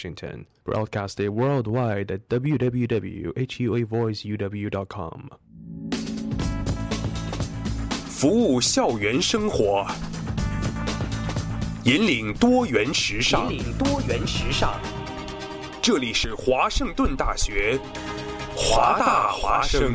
Washington, broadcasted worldwide at E www.huavoiceuw.com。服务校园生活，引领多元时尚。引领多元时尚，这里是华盛顿大学，华大华生。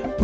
不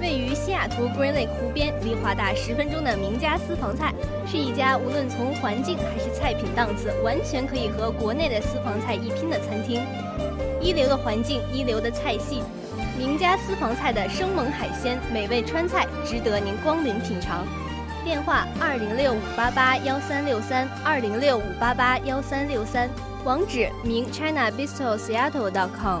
位于西雅图 Green Lake 湖边，离华大十分钟的名家私房菜，是一家无论从环境还是菜品档次，完全可以和国内的私房菜一拼的餐厅。一流的环境，一流的菜系，名家私房菜的生猛海鲜、美味川菜，值得您光临品尝。电话二零六五八八幺三六三二零六五八八幺三六三，网址明 China Bistro Seattle.com。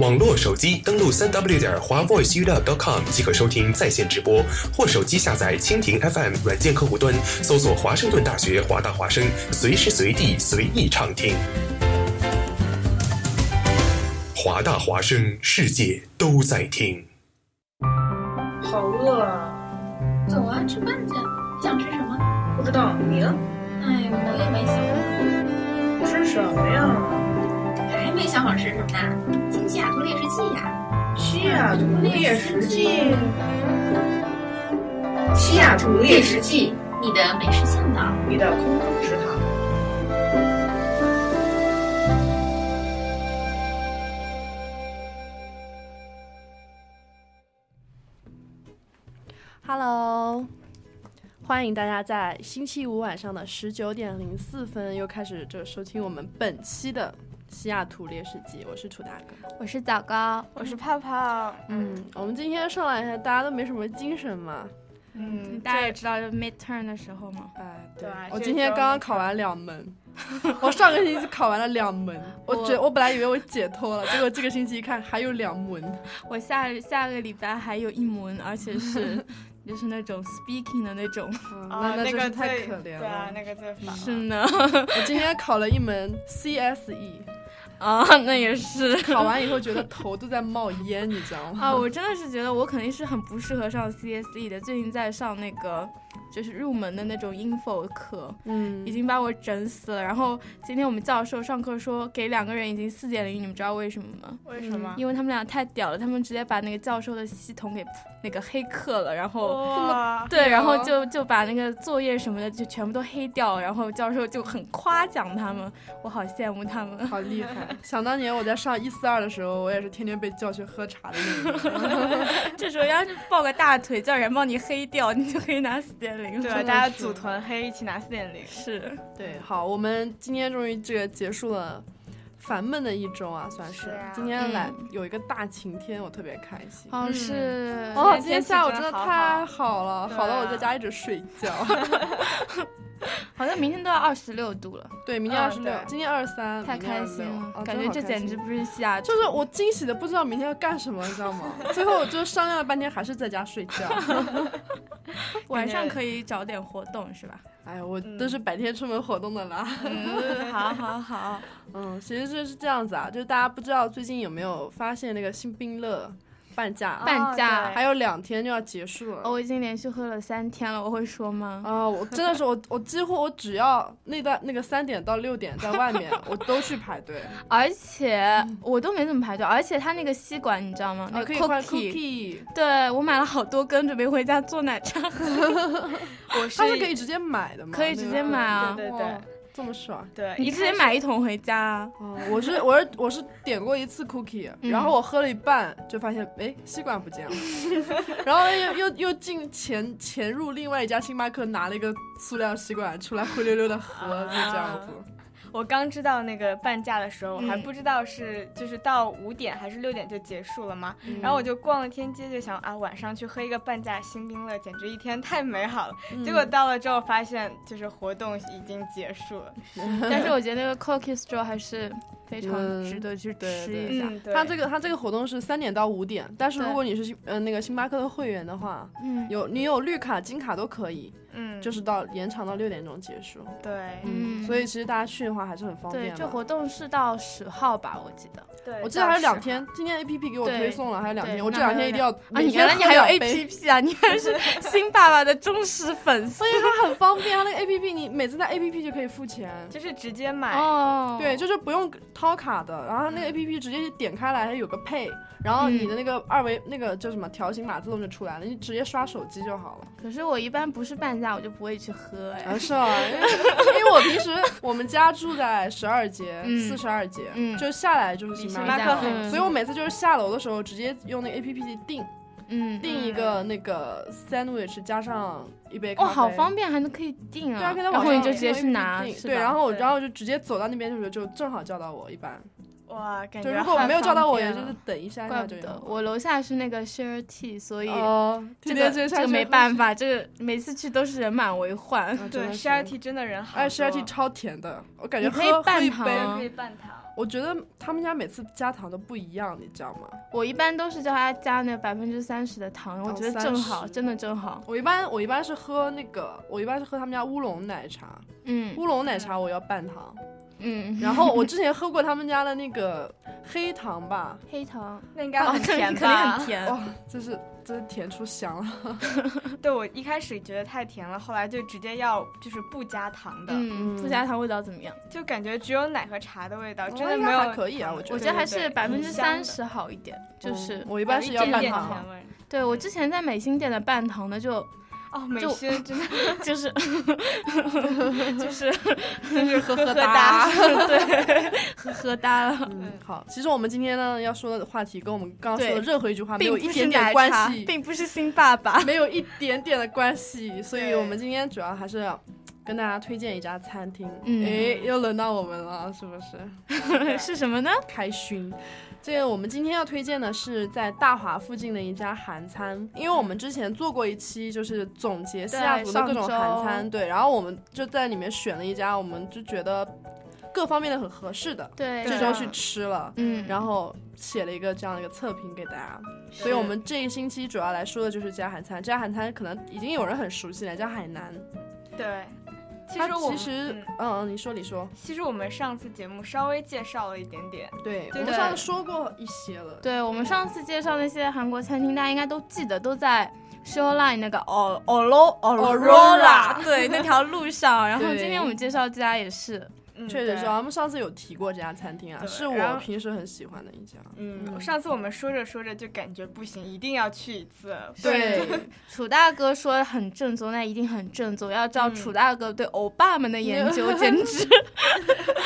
网络手机登录三 w 点华 voice u p com 即可收听在线直播，或手机下载蜻蜓 FM 软件客户端，搜索华盛顿大学华大华声，随时随地随意畅听。华大华声，世界都在听。好饿啊！走啊，吃饭去。想吃什么？不知道你呢？哎，我也没想吃什么呀？好，还没想好吃什么呢？啊新西雅图猎食记呀、西雅图猎食记。西雅图猎食记，，你的美食向导。你的空中食堂。 Hello，欢迎大家在星期五晚上的十九点零四分又开始这收听我们本期的西雅图猎食记，我是楚大哥。我是枣糕，我是泡泡。嗯，我们今天上来一下，大家都没什么精神嘛。嗯，大家也知道，就 midterm 的时候嘛。哎，对啊我这今天周刚刚没考完两门，我上个星期考完了两门，我我觉我本来以为我解脱了，结果这个星期一看还有两门。我下下个礼拜还有一门，而且 是就是那种 speaking 的那种。嗯啊，那真个是太最可怜对啊了，。嗯那个最烦是了。 呢，我今天考了一门 CSE，啊，那也是。 考完以后觉得头都在冒烟，你知道吗？啊，我真的是觉得我肯定是很不适合上 CSE 的。最近在上那个就是入门的那种 info 课，嗯已经把我整死了。然后今天我们教授上课说给两个人已经四点零，你们知道为什么吗？为什么？因为他们俩太屌了，他们直接把那个教授的系统给那个黑客了，然后。哇，对，然后就就把那个作业什么的就全部都黑掉了，然后教授就很夸奖他们，我好羡慕 他们。 好厉害！想当年我在上一四二的时候，我也是天天被叫去喝茶的那种。这时候要是抱个大腿叫人帮你黑掉，你就可以拿四点零啊对，了。大家组团黑一起拿四点零。 是对，好，我们今天终于这个结束了烦闷的一周啊，算是。是啊今天来、嗯有一个大晴天，我特别开心。哦，是哦，今今天天下下午午真真的的太太好了，对啊好到我在家一直睡觉。好像明天都要二十六度了，对，明天嗯二十六对，今天二十三，太开心了了，，哦感真觉好这开简心直不是西雅图。就是我惊喜的不知道明天要干什么，你知道吗？最后我就商量了半天，还是在家睡 觉。晚上可以找点活动是吧？哎呀，我都是白天出门活动的啦。 嗯，好好好，嗯，其实就是这样子啊，就是大家不知道最近有没有发现那个新冰乐半价啊， 半价。还有两天就要结束了。哦，我已经连续喝了三天了，我会说吗？啊、我真的是我，我几乎我只要那段那个三点到六点在外面，我都去排队，而且我都没怎么排队，而且它那个吸管你知道吗？那啊，个可以换呃 cookie， cookie，对我买了好多根，准备回家做奶茶喝。我它是可以直接买的吗？ 可以直接买啊对对对，这么爽。对，你一直接开始买一桶回家 啊。哦，我是我是我是点过一次 cookie，、嗯然后我喝了一半就发现哎吸管不见了， 然后又又又进潜潜入另外一家星巴克拿了一个塑料吸管出来灰溜啊溜的喝，就这样子。我刚知道那个半价的时候，我还嗯不知道是就是到五点还是六点就结束了嘛。嗯然后我就逛了天街，就想啊，晚上去喝一个半价新冰乐，简直一天太美好了。嗯 结果到了之后，发现就是活动已经结束嗯了。但是我觉得那个 cookie straw 还是非常嗯值得去对吃对一下。嗯，对。它这个它这个活动是三点到五点，但是对如果你是星呃那个星巴克的会员的话，嗯有你有绿卡、金卡都可以，嗯，就是到延长到六点钟结束。对嗯所以其实大家去的话还是很方便对，的。这活动是到十号吧，我记得。对。我记得还有两到天，今天 A P P 给我对推送了，还有两对天，我这那还两天有一定要啊，每你天原来你喝还有两 A 杯 P P 啊，你还 是新爸爸的忠实粉丝它很方便，它那个 A P P 你每次在 A P P 就可以付钱时，就是直接买。 哦对，就是不用掏卡的。然后它那个 A P P 直接点开来，它有个 Pay，然后你的那个二维那个叫什么条形码自动就出来了，你直接刷手机就好 了。可是我一般不是半价，我就不会去喝哎。啊，是啊，因为 因为我平时我们家住在十二街、嗯四十二街，嗯就下来就是星星巴巴克。克很近所以我每次就是下楼的时候，直接用那个 A P P 订嗯，订一个那个 sandwich 加上一杯咖哦，啡，好方便，还能可以订对啊，啊。可以在然网后上你就直接去拿，用 APP 订是对，吧然后我对然后我就直接走到那边就是就正好叫到我，一般哇，感就觉如果好没有叫到我，方便也啊就是等一下怪下不就有得我楼下是那个 share tea，所以哦，这天个天这就个没办啊法，这个每次去都是人满为患。法对 s h e r。t 真的人好多。哎 s h e r t 超甜的，我感觉你喝可以喝半一糖杯，可以半糖。我觉得他们家每次加糖都不一样，你知道吗？我一般都是叫他加那百分之三十的糖，我觉得正好， 30真的正好。我一般我一般是喝那个，我一般是喝他们家乌龙奶茶，嗯乌龙奶茶我要半糖，嗯，然后我之前喝过他们家的那个黑糖吧，黑糖那应该很甜哦肯定吧？很 甜。哇，这是这是甜出香了。对我一开始觉得太甜了，后来就直接要就是不加糖的，嗯，不加糖味道怎么样？就感觉只有奶和茶的味道，哦真的应该没有还糖。可以啊我觉得我觉得还是百分之三十好一点，就是嗯我一般是要有一半点糖，甜味。对我之前在美心点的半糖的 就哦，美就心真的就是就是就是喝喝喝哒，， 对， 呵呵哒了，嗯，好，其实我们今天呢要说的话题跟我们刚刚说的对任何一句话没并有不一是点点奶关茶系，并不是新爸爸。没有一点点的关系，所以对我们今天主要还是要跟大家推荐一家餐厅。嗯诶，又轮到我们了，是不是？是什么呢？开熏。这个我们今天要推荐的是在大华附近的一家韩餐，因为我们之前做过一期，就是总结西雅图的各种韩餐，对，然后我们就在里面选了一家，我们就觉得各方面的很合适的，对啊这周去吃了，嗯，然后写了一个这样的一个测评给大家。所以我们这一星期主要来说的就是这家韩餐，这家韩餐可能已经有人很熟悉了，叫海南。对。其它实我其们实嗯，嗯嗯，你说你说，其实我们上次节目稍微介绍了一点点，对我对们对上次说过一些了，对我们上次介绍那些韩国餐厅，大家应该都记得，都在 Shoreline 那个 O Olo Aurora 对那条路上。然后对今天我们介绍这家也是，嗯，确实是，对他们上次有提过这家餐厅啊，对是然我后平时很喜欢的一家。嗯，上次我们说着说着就感觉不行，一定要去一次。对，楚大哥说很正宗，那一定很正宗。要照楚大哥对欧巴们的研 究，简直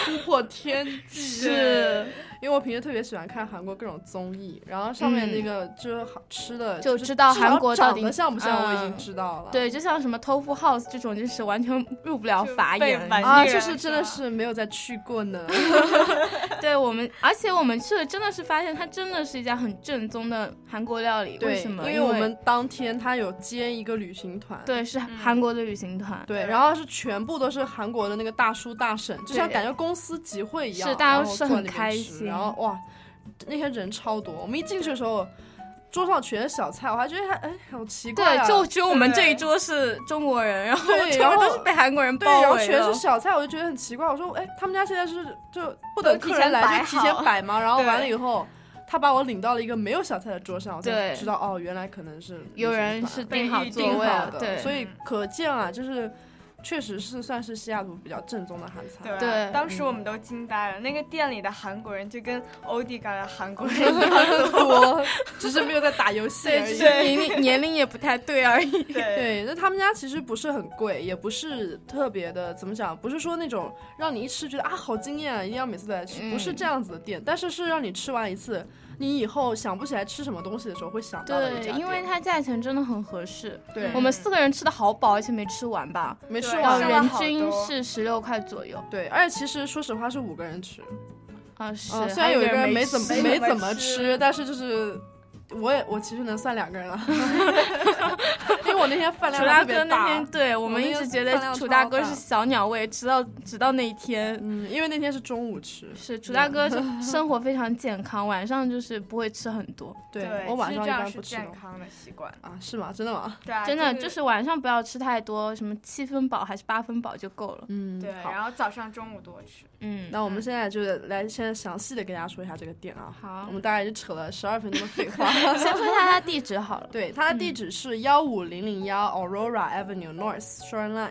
突破天 际。是因为我平时特别喜欢看韩国各种综艺，然后上面那个就是好吃的，就是知道韩国至少到底长得像不像，我已经嗯知道了。对，就像什么 Tofu House 这种，就是完全入不了法就被眼玩啊，腻就人是是真的吧是没有再去过呢？对我们，而且我们去了，真的是发现它真的是一家很正宗的韩国料理。为什么？因为我们当天他有接一个旅行团，对，是韩国的旅行团。对，然后是全部都是韩国的那个大叔大婶，就像感觉公司集会一样，是大家是很开心。然后哇，那天人超多，我们一进去的时候。桌上全是小菜，我还觉得还哎好奇怪、啊。对，就只有我们这一桌是中国人，然后然后都是被韩国人包围对，然后全是小菜，我就觉得很奇怪。我说哎，他们家现在是就不等客人来就提前摆吗？然后完了以后，他把我领到了一个没有小菜的桌上，我才知道哦，原来可能是有人是订好座位的。啊对，所以可见啊，就是。确实是算是西雅图比较正宗的韩 餐。对、啊，当时我们都惊呆了，嗯、那个店里的韩国人就跟欧弟港的韩国人一样多，只是没有在打游戏而已，年 龄年龄也不太 对而已。对,对，那他们家其实不是很贵，也不是特别的怎么讲，不是说那种让你一吃觉得啊好惊艳啊，一定要每次都来吃，嗯、不是这样子的店，但是是让你吃完一次。你以后想不起来吃什么东西的时候，会想到 对，因为它价钱真的很合适。对，我们四个人吃的好饱，而且没吃完吧？没吃完，人均是十六块左右。对，而且其实说实话是五个人吃，啊是，哦虽然有一个人没怎么没怎么吃，但是就是我也我其实能算两个人了，因为我那天饭量楚大哥那天对我们一直觉得楚大哥是小鸟胃，直到直到那一 天，嗯，因为那天是中午吃。是楚大哥生活非常健康，晚上就是不会吃很多。对我晚上一般不吃。健康的习惯啊？是吗？真的吗？对啊，真的就是晚上不要吃太多，什么七分饱还是八分饱就够了。嗯，对。然后早上、中午多吃。嗯，那我们现在就来，现在详细的跟大家说一下这个店啊。好，我们大概就扯了十二分钟的废话。先说一下它地址好了。 对，它的地址是幺五零零幺 Aurora Avenue North Shoreline。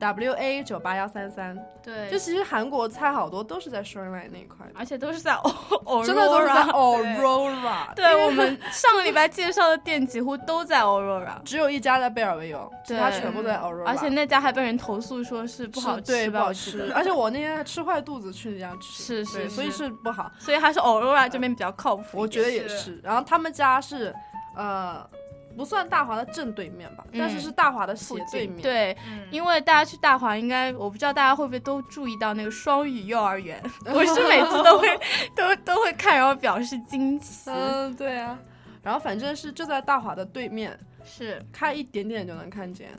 W A 九八幺三三， 对，就其实韩国菜好多都是在 Shoreline 那一块，而且都是在 Aurora，真的都是在 Aurora。啊对我们 上个礼拜介绍的店几乎都在 Aurora，只有一家在贝尔维尤，其他全部在 Aurora。而且那家还被人投诉说是不好吃，对，不好吃。而且我那天还吃坏肚子去那家吃，是是，所以是不好，所以还是 Aurora 这边比较靠谱，我觉得也是。然后他们家是，呃。不算大华的正对面吧，但是是大华的斜对面。嗯对，嗯因为大家去大华，应该我不知道大家会不会都注意到那个双语幼儿园，我是每次都 会都都会看，然后表示惊 奇。嗯，对啊，然后反正是就在大华的对面，是开一点点就能看见。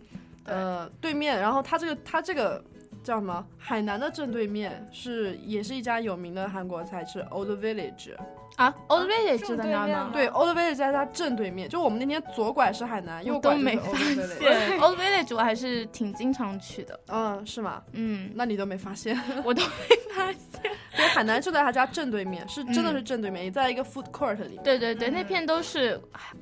呃，对面，然后它这个它这个叫什么？海南的正对面是也是一家有名的韩国菜，是 Old Village。啊，Old Village 在那吗？对，Old Village 在它正对面，就我们那天左拐是海南，右拐都没发现。Old Village 我还是挺经常去的。嗯，是吗？嗯，那你都没发现， 我 都没发现。对，海南就在他家正对面，是真的嗯是正对面，也在一个 food court 里面。对对对，那片都是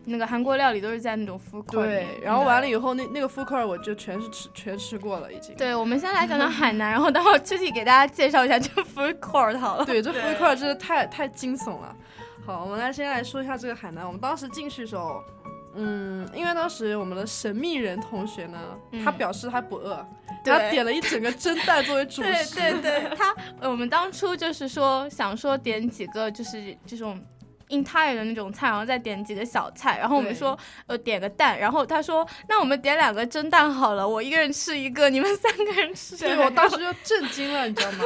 那个韩国料理都是在那种 food court。对，嗯然后完了以后，那那个 food court 我就全是吃全吃过了已经。对，我们先来讲讲海南，然后等会具体给大家介绍一下这 food court 好了。对，这 food court 真的太太惊悚了。好，我们来先来说一下这个海南。我们当时进去的时候，嗯，因为当时我们的神秘人同学呢，嗯、他表示他不饿，他点了一整个蒸蛋作为主食。 对对对， 他呃我们当初就是说想说点几个就是这种 entire 的那种菜，然后再点几个小菜，然后我们说呃点个蛋，然后他说那我们点两个蒸蛋好了，我一个人吃一个，你们三个 人吃。对我当时就震惊了，你知道 吗？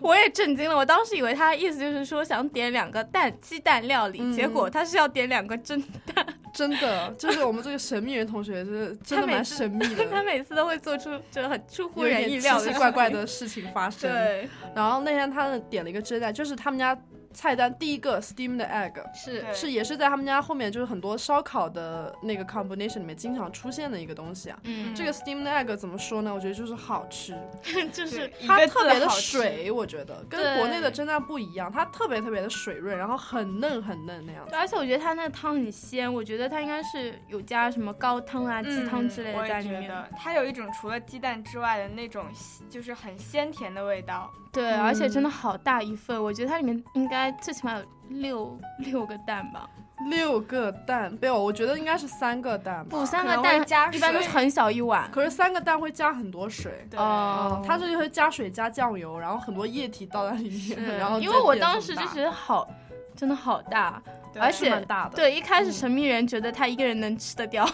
我也震惊了，我当时以为他的意思就是说想点两个蛋鸡蛋料理，嗯、结果他是要点两个蒸蛋。真的，就是我们这个神秘人同学， 就是真的蛮神秘的。他每次都会做出就很出乎人意料的、奇奇怪怪的事情发生。对。然后那天他点了一个蒸蛋，就是他们家菜单第一个 steamed egg，是是也是在他们家后面就是很多烧烤的那个 combination 里面经常出现的一个东西啊。嗯。这个 steamed egg 怎么说呢？我觉得就是好吃， 就是它特别的水，我觉得跟国内的蒸蛋不一样，它特别特别的水润，然后很嫩很嫩那样子。对，而且我觉得它那个汤很鲜，我觉得。它应该是有加什么高汤啊、鸡嗯汤之类的在里面。它有一种除了鸡蛋之外的那种，就是很鲜甜的味道。对，而且真的好大一份，我觉得它里面应该最起码有六六个蛋吧。六个蛋没有，我觉得应该是三个蛋吧。不，三个蛋加一般都是很小一碗，可是三个蛋会加很多水。哦，它这里会加水、加酱油，然后很多液体倒在里面，然后因为我当时就觉得好。真的好大，对而啊是且蛮嗯大的。对，一开始神秘人觉得他一个人能吃 得掉，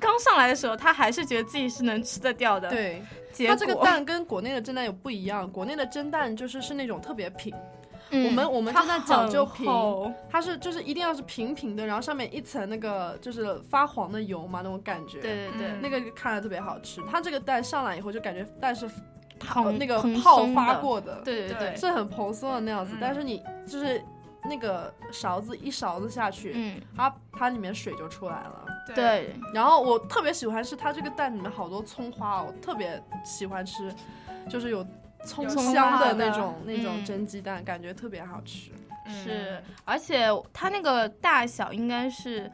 刚上来的时候他还是觉得自己是能吃得掉的。，对，结它这果个蛋跟国内的蒸蛋有不一样，国内的蒸蛋就是是那种特别平，嗯我们我们它蒸蛋讲究很平，厚它是就是一定要是平平的，然后上面一层那个就是发黄的油嘛那种感觉，对对对，那个看着特别好吃。它这个蛋上来以后就感觉蛋是泡蓬那个蓬泡松发的过的，对对对，是很蓬松的那样子，嗯但是你就是那个勺子一勺子下去，嗯，它它里面水就出来了。对，对，然后我特别喜欢是它这个蛋里面好多葱花哦，我特别喜欢吃，就是有葱有葱香花的的那种那种嗯蒸鸡蛋，感觉特别好吃。是，而且它那个大小应该是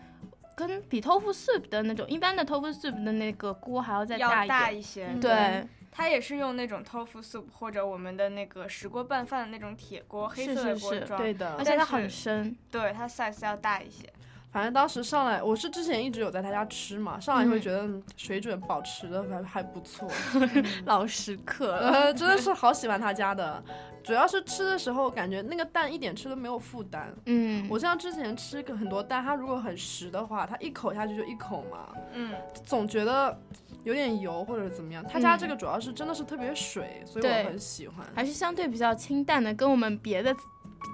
跟比 tofu soup 的那种一般的 tofu soup 的那个锅还要再要大一大点。一些，嗯对，它也是用那种 tofu soup 或者我们的那个石锅拌饭的那种铁锅，黑色的是锅是装，对的，而且它但是很深，对它 size 要大一些。反正当时上来，我是之前一直有在他家吃嘛，上来以后嗯觉得嗯水准保持的还还不错，嗯老食客 了。呃，真的是好喜欢他家的。主要是吃的时候感觉那个蛋一点吃都没有负担。嗯，我像之前吃个很多蛋，它如果很实的话，它一口下去就一口嘛，嗯，总觉得有点油或者怎么样。他家嗯这个主要是真的是特别水，所以对我很喜欢。还是相对比较清淡的，跟我们别的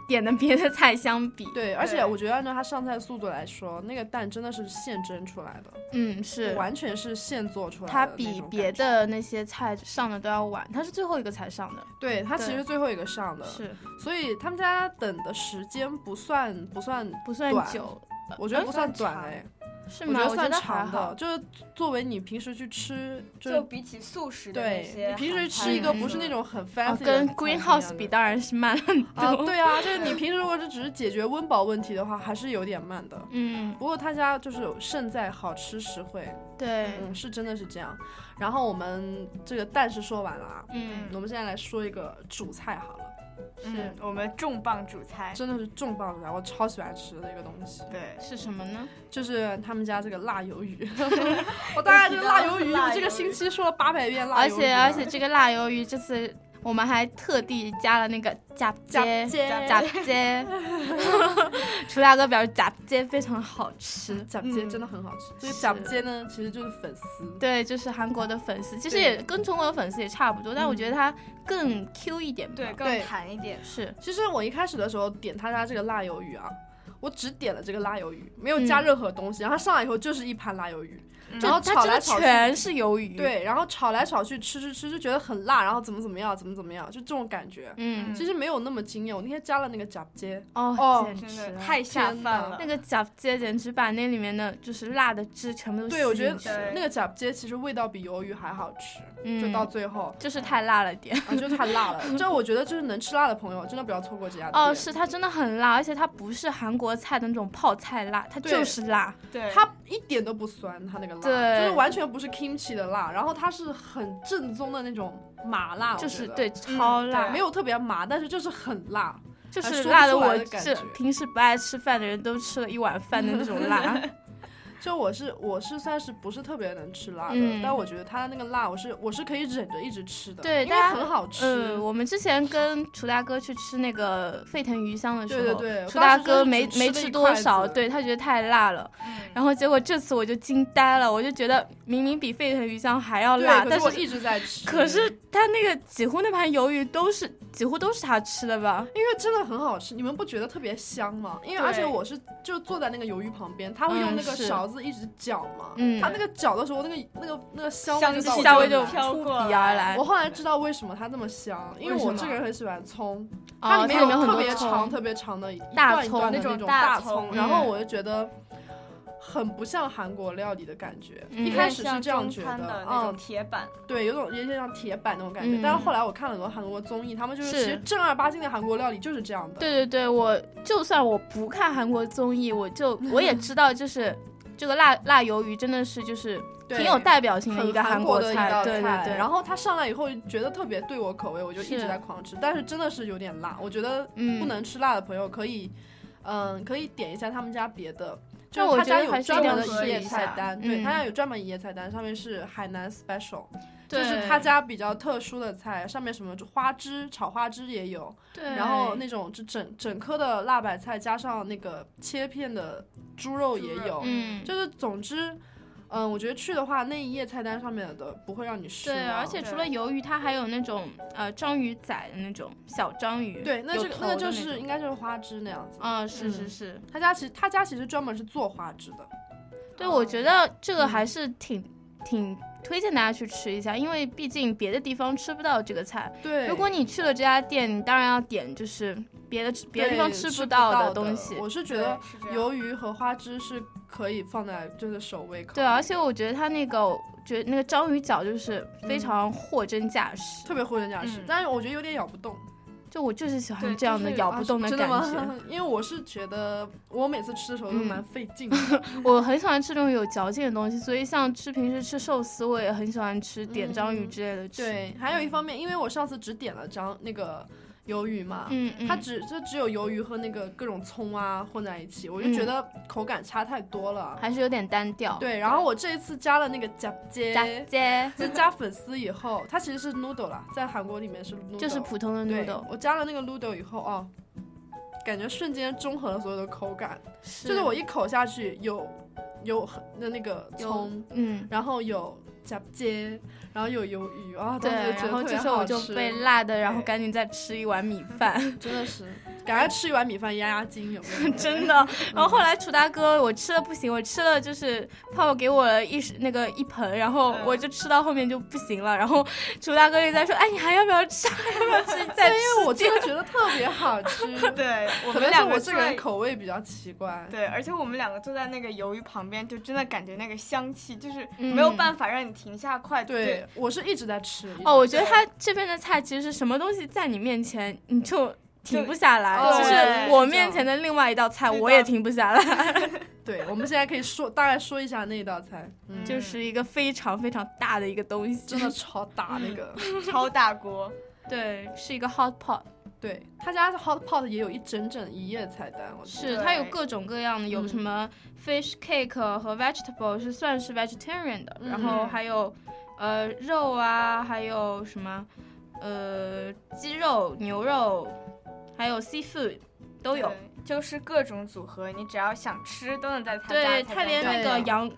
点的 别的菜相比。，对，而且我觉得按照它上菜速度来说，那个蛋真的是现蒸出来的，嗯，是完全是现做出来的它那种感觉。比别的那些菜上的都要晚，它是最后一个才上的。对，它其对实最后一个上的，是所以他们家等的时间不算不算，不算短久，我觉得哎不算算短长哎，是我吗？觉我得算还长好哦的，。就是作为你平时去吃，就就是比起素食的那对你些韩餐，啊平时吃一个不是那种很 fancy，、哦，跟 Greenhouse 比当然是 慢了很 啊，多。对啊，就是你平时如果是只是解决温饱问题的话，还是有点慢的。嗯，不过他家就是有胜在好吃实惠，对，嗯，是真的是这样。然后我们这个蛋是说完了啊，嗯，我们现在来说一个主菜好了，嗯，我们重磅主菜，真的是重磅主菜，我超喜欢吃的一个东西。对，是什么呢？就是他们家这个辣鱿 鱼，我大概这个辣鱿鱼，辣鱿鱼我这个星期说了八百遍辣而鱿鱼啊且了，而且这个辣鱿鱼这次我们还特地加了那个夹夹街街夹街， 厨大哥表示夹街非常好吃。甲不街真的很好吃。这个嗯是甲不街呢，其实就是粉丝，对，就是韩国的粉丝，其实对嗯也跟中国的粉丝也差不多，但我觉得它更 Q 一点吧。对，对更弹一点，是其实我一开始的时候点他家这个辣鱿鱼啊，我只点了这个辣鱿鱼，没有加任何东西。然后上来以后就是一盘辣鱿鱼，嗯然后嗯它炒真来的炒去，全是鱿鱼。，对，然后炒来炒去，吃吃吃就觉得很辣，然后怎么怎么样，怎么怎么样，就这种感觉。嗯，其实没有那么惊艳，我那天加了那个甲不街，哦哦，简真直的了太下天饭哪了那。个夹街简直把那里面的就是辣的汁全部都对我觉得吸进去对那个甲不街其实味道比鱿鱼还好吃，嗯就到最后。就是太辣了点。啊，就太辣了。这我觉得就是能吃辣的朋友，真的不要错过这家店。哦，是它真的很辣，而且它不是韩国菜的那种泡菜辣，它对就是辣。对，它一点都不酸，它那个辣，对就是完全不是 kimchi 的辣，然后它是很正宗的那种麻辣，就我是觉得对，超辣，嗯没有特别麻，但是就是很辣。就哎说是不辣得出来我的感这觉平时不爱吃饭的人都吃了一碗饭的那种 辣。就我是我是算是不是特别能吃辣的，嗯但我觉得它那个辣，我是我是可以忍着一直吃的，对因为大家很好吃。嗯，我们之前跟楚大哥去吃那个沸腾鱼香的时对候，对对楚大当时真的哥没只吃没了一吃多筷少，子嗯对他觉得太辣了。然后结果这次我就惊呆了，我就觉得明明比沸腾鱼香还要对，辣，可但是我是一直在吃，可是他那个几乎那盘鱿鱼都是几乎都是他吃的吧？因为真的很好吃，你们不觉得特别香吗？因为对而且我是就坐在那个鱿鱼旁边，他会用嗯那个是勺子一直搅嘛，嗯他那个搅的时候，那个那个那个香香味气就到我下这味里就来飘扑过鼻来而来我，后来知道为什么它那么香，因为我这个人很喜欢葱，它哦，里面它里有面很特多别长、葱，特别长的一大段一段的葱那那种种大大葱，葱然后嗯我就觉得很不像韩国料理的感觉。嗯一有开点始是像这样中觉餐的的，那嗯种，铁板，对，有种有点像铁板那种感觉。嗯但是后来我看了很多韩国综艺，他们就是其是实正儿八经的韩国料理就是这样的。对对对，我就算我不看韩国综艺，我 就我也知道，就是这个辣辣鱿鱼真的是就是对挺有代表性的一很个韩国的一道对对对。然后它上来以后觉得特别对我口味，我就一直是在狂吃，但是真的是有点辣。我觉得嗯不能吃辣的朋友可以，嗯，可以点一下他们家别的。就我他觉家得有还是专一定门要的试一页一菜下单，对嗯他家有专门一页菜单，上面是海南 special，就对是他家比较特殊的菜，上面什么花枝炒花枝也有，对，然后那种就整整颗的辣白菜加上那个切片的猪肉也有，嗯，就是总之，嗯，我觉得去的话那一页菜单上面的不会让你失对，望而且除了鱿鱼，它还有那种呃章鱼仔的那种小章鱼，对，那有这个头那个的就那是种应该就是花枝那样子。嗯，是嗯是是，他家其实他家其实专门是做花枝的，对，我觉得嗯这个还是挺挺推荐大家去吃一下，因为毕竟别的地方吃不到这个菜。对如果你去了这家店，你当然要点就是别的别的地对方吃不到的东西。我是觉得对是这样鱿鱼和花枝是可以放在就是首位考虑，对，而且我觉得它那个，我觉得那个章鱼脚就是非常货真价实，特别货真价实嗯，但是我觉得有点咬不动，就我就是喜欢对这样就的是咬不动啊的真感觉。 吗？ 因为我是觉得我每次吃的时候都嗯蛮费劲 的，我很喜欢吃这种有嚼劲的东西，所以像吃平时吃寿司，我也很喜欢吃点章鱼嗯之类的吃。对，还嗯有一方面，因为我上次只点了张那个鱿鱼嘛，嗯嗯，它只就只有鱿鱼和那个各种葱啊混在一起，我就觉嗯得口感差太多了。还是有点单调。，对，然后我这一次加了那个夹街，加街是加粉丝以后，它其实是 noodle 啦，在韩国里面是 noodle，就是普通的对 noodle，我加了那个 noodle 以后哦，感觉瞬间中和了所有的口感，就是我一口下去有有很那那个有葱，嗯。然后有夹街，然后有鱿鱼啊，对，当时就觉然后得特这别时候我好就吃被辣的，然后对赶紧再吃一碗米饭，真的是赶快吃一碗米饭压压惊，有没有？ 真的。然后后来楚大哥，我吃了不行，我吃了就是泡泡给我了一那个一盆，然后我就吃到后面就不行了，然后楚大哥就在说，哎，你还要不要吃？ 还要不要吃？再对，吃因为我真的觉得特别好 吃。对，我可们能是两我个这个人坐在口味比较奇怪。对，而且我们两个坐在那个鱿鱼旁边，就真的感觉那个香气，就是没有办法让你停下筷子。嗯对，我是一直在吃。一直哦，我觉得他这边的菜其实是什么东西在你面前，你就。停不下来，哦对就是我面前的另外一道菜，我也停不下来，对，我们现在可以说大概说一下那道菜，嗯， 就是一个非常非常大的一个东西，真的超大那 个。对，超大锅，对，是一个 hot pot，对他家的 hot pot 也有一整整一页菜单，我觉得是它有各种各样的，有嗯什么 fish cake 和 vegetable 是算是 vegetarian 的，然后嗯还有呃肉啊，还有什么呃鸡肉、牛肉，还有 seafood 都有。对，就是各种组合，你只要想吃都能在他家对，菜它连单那对个羊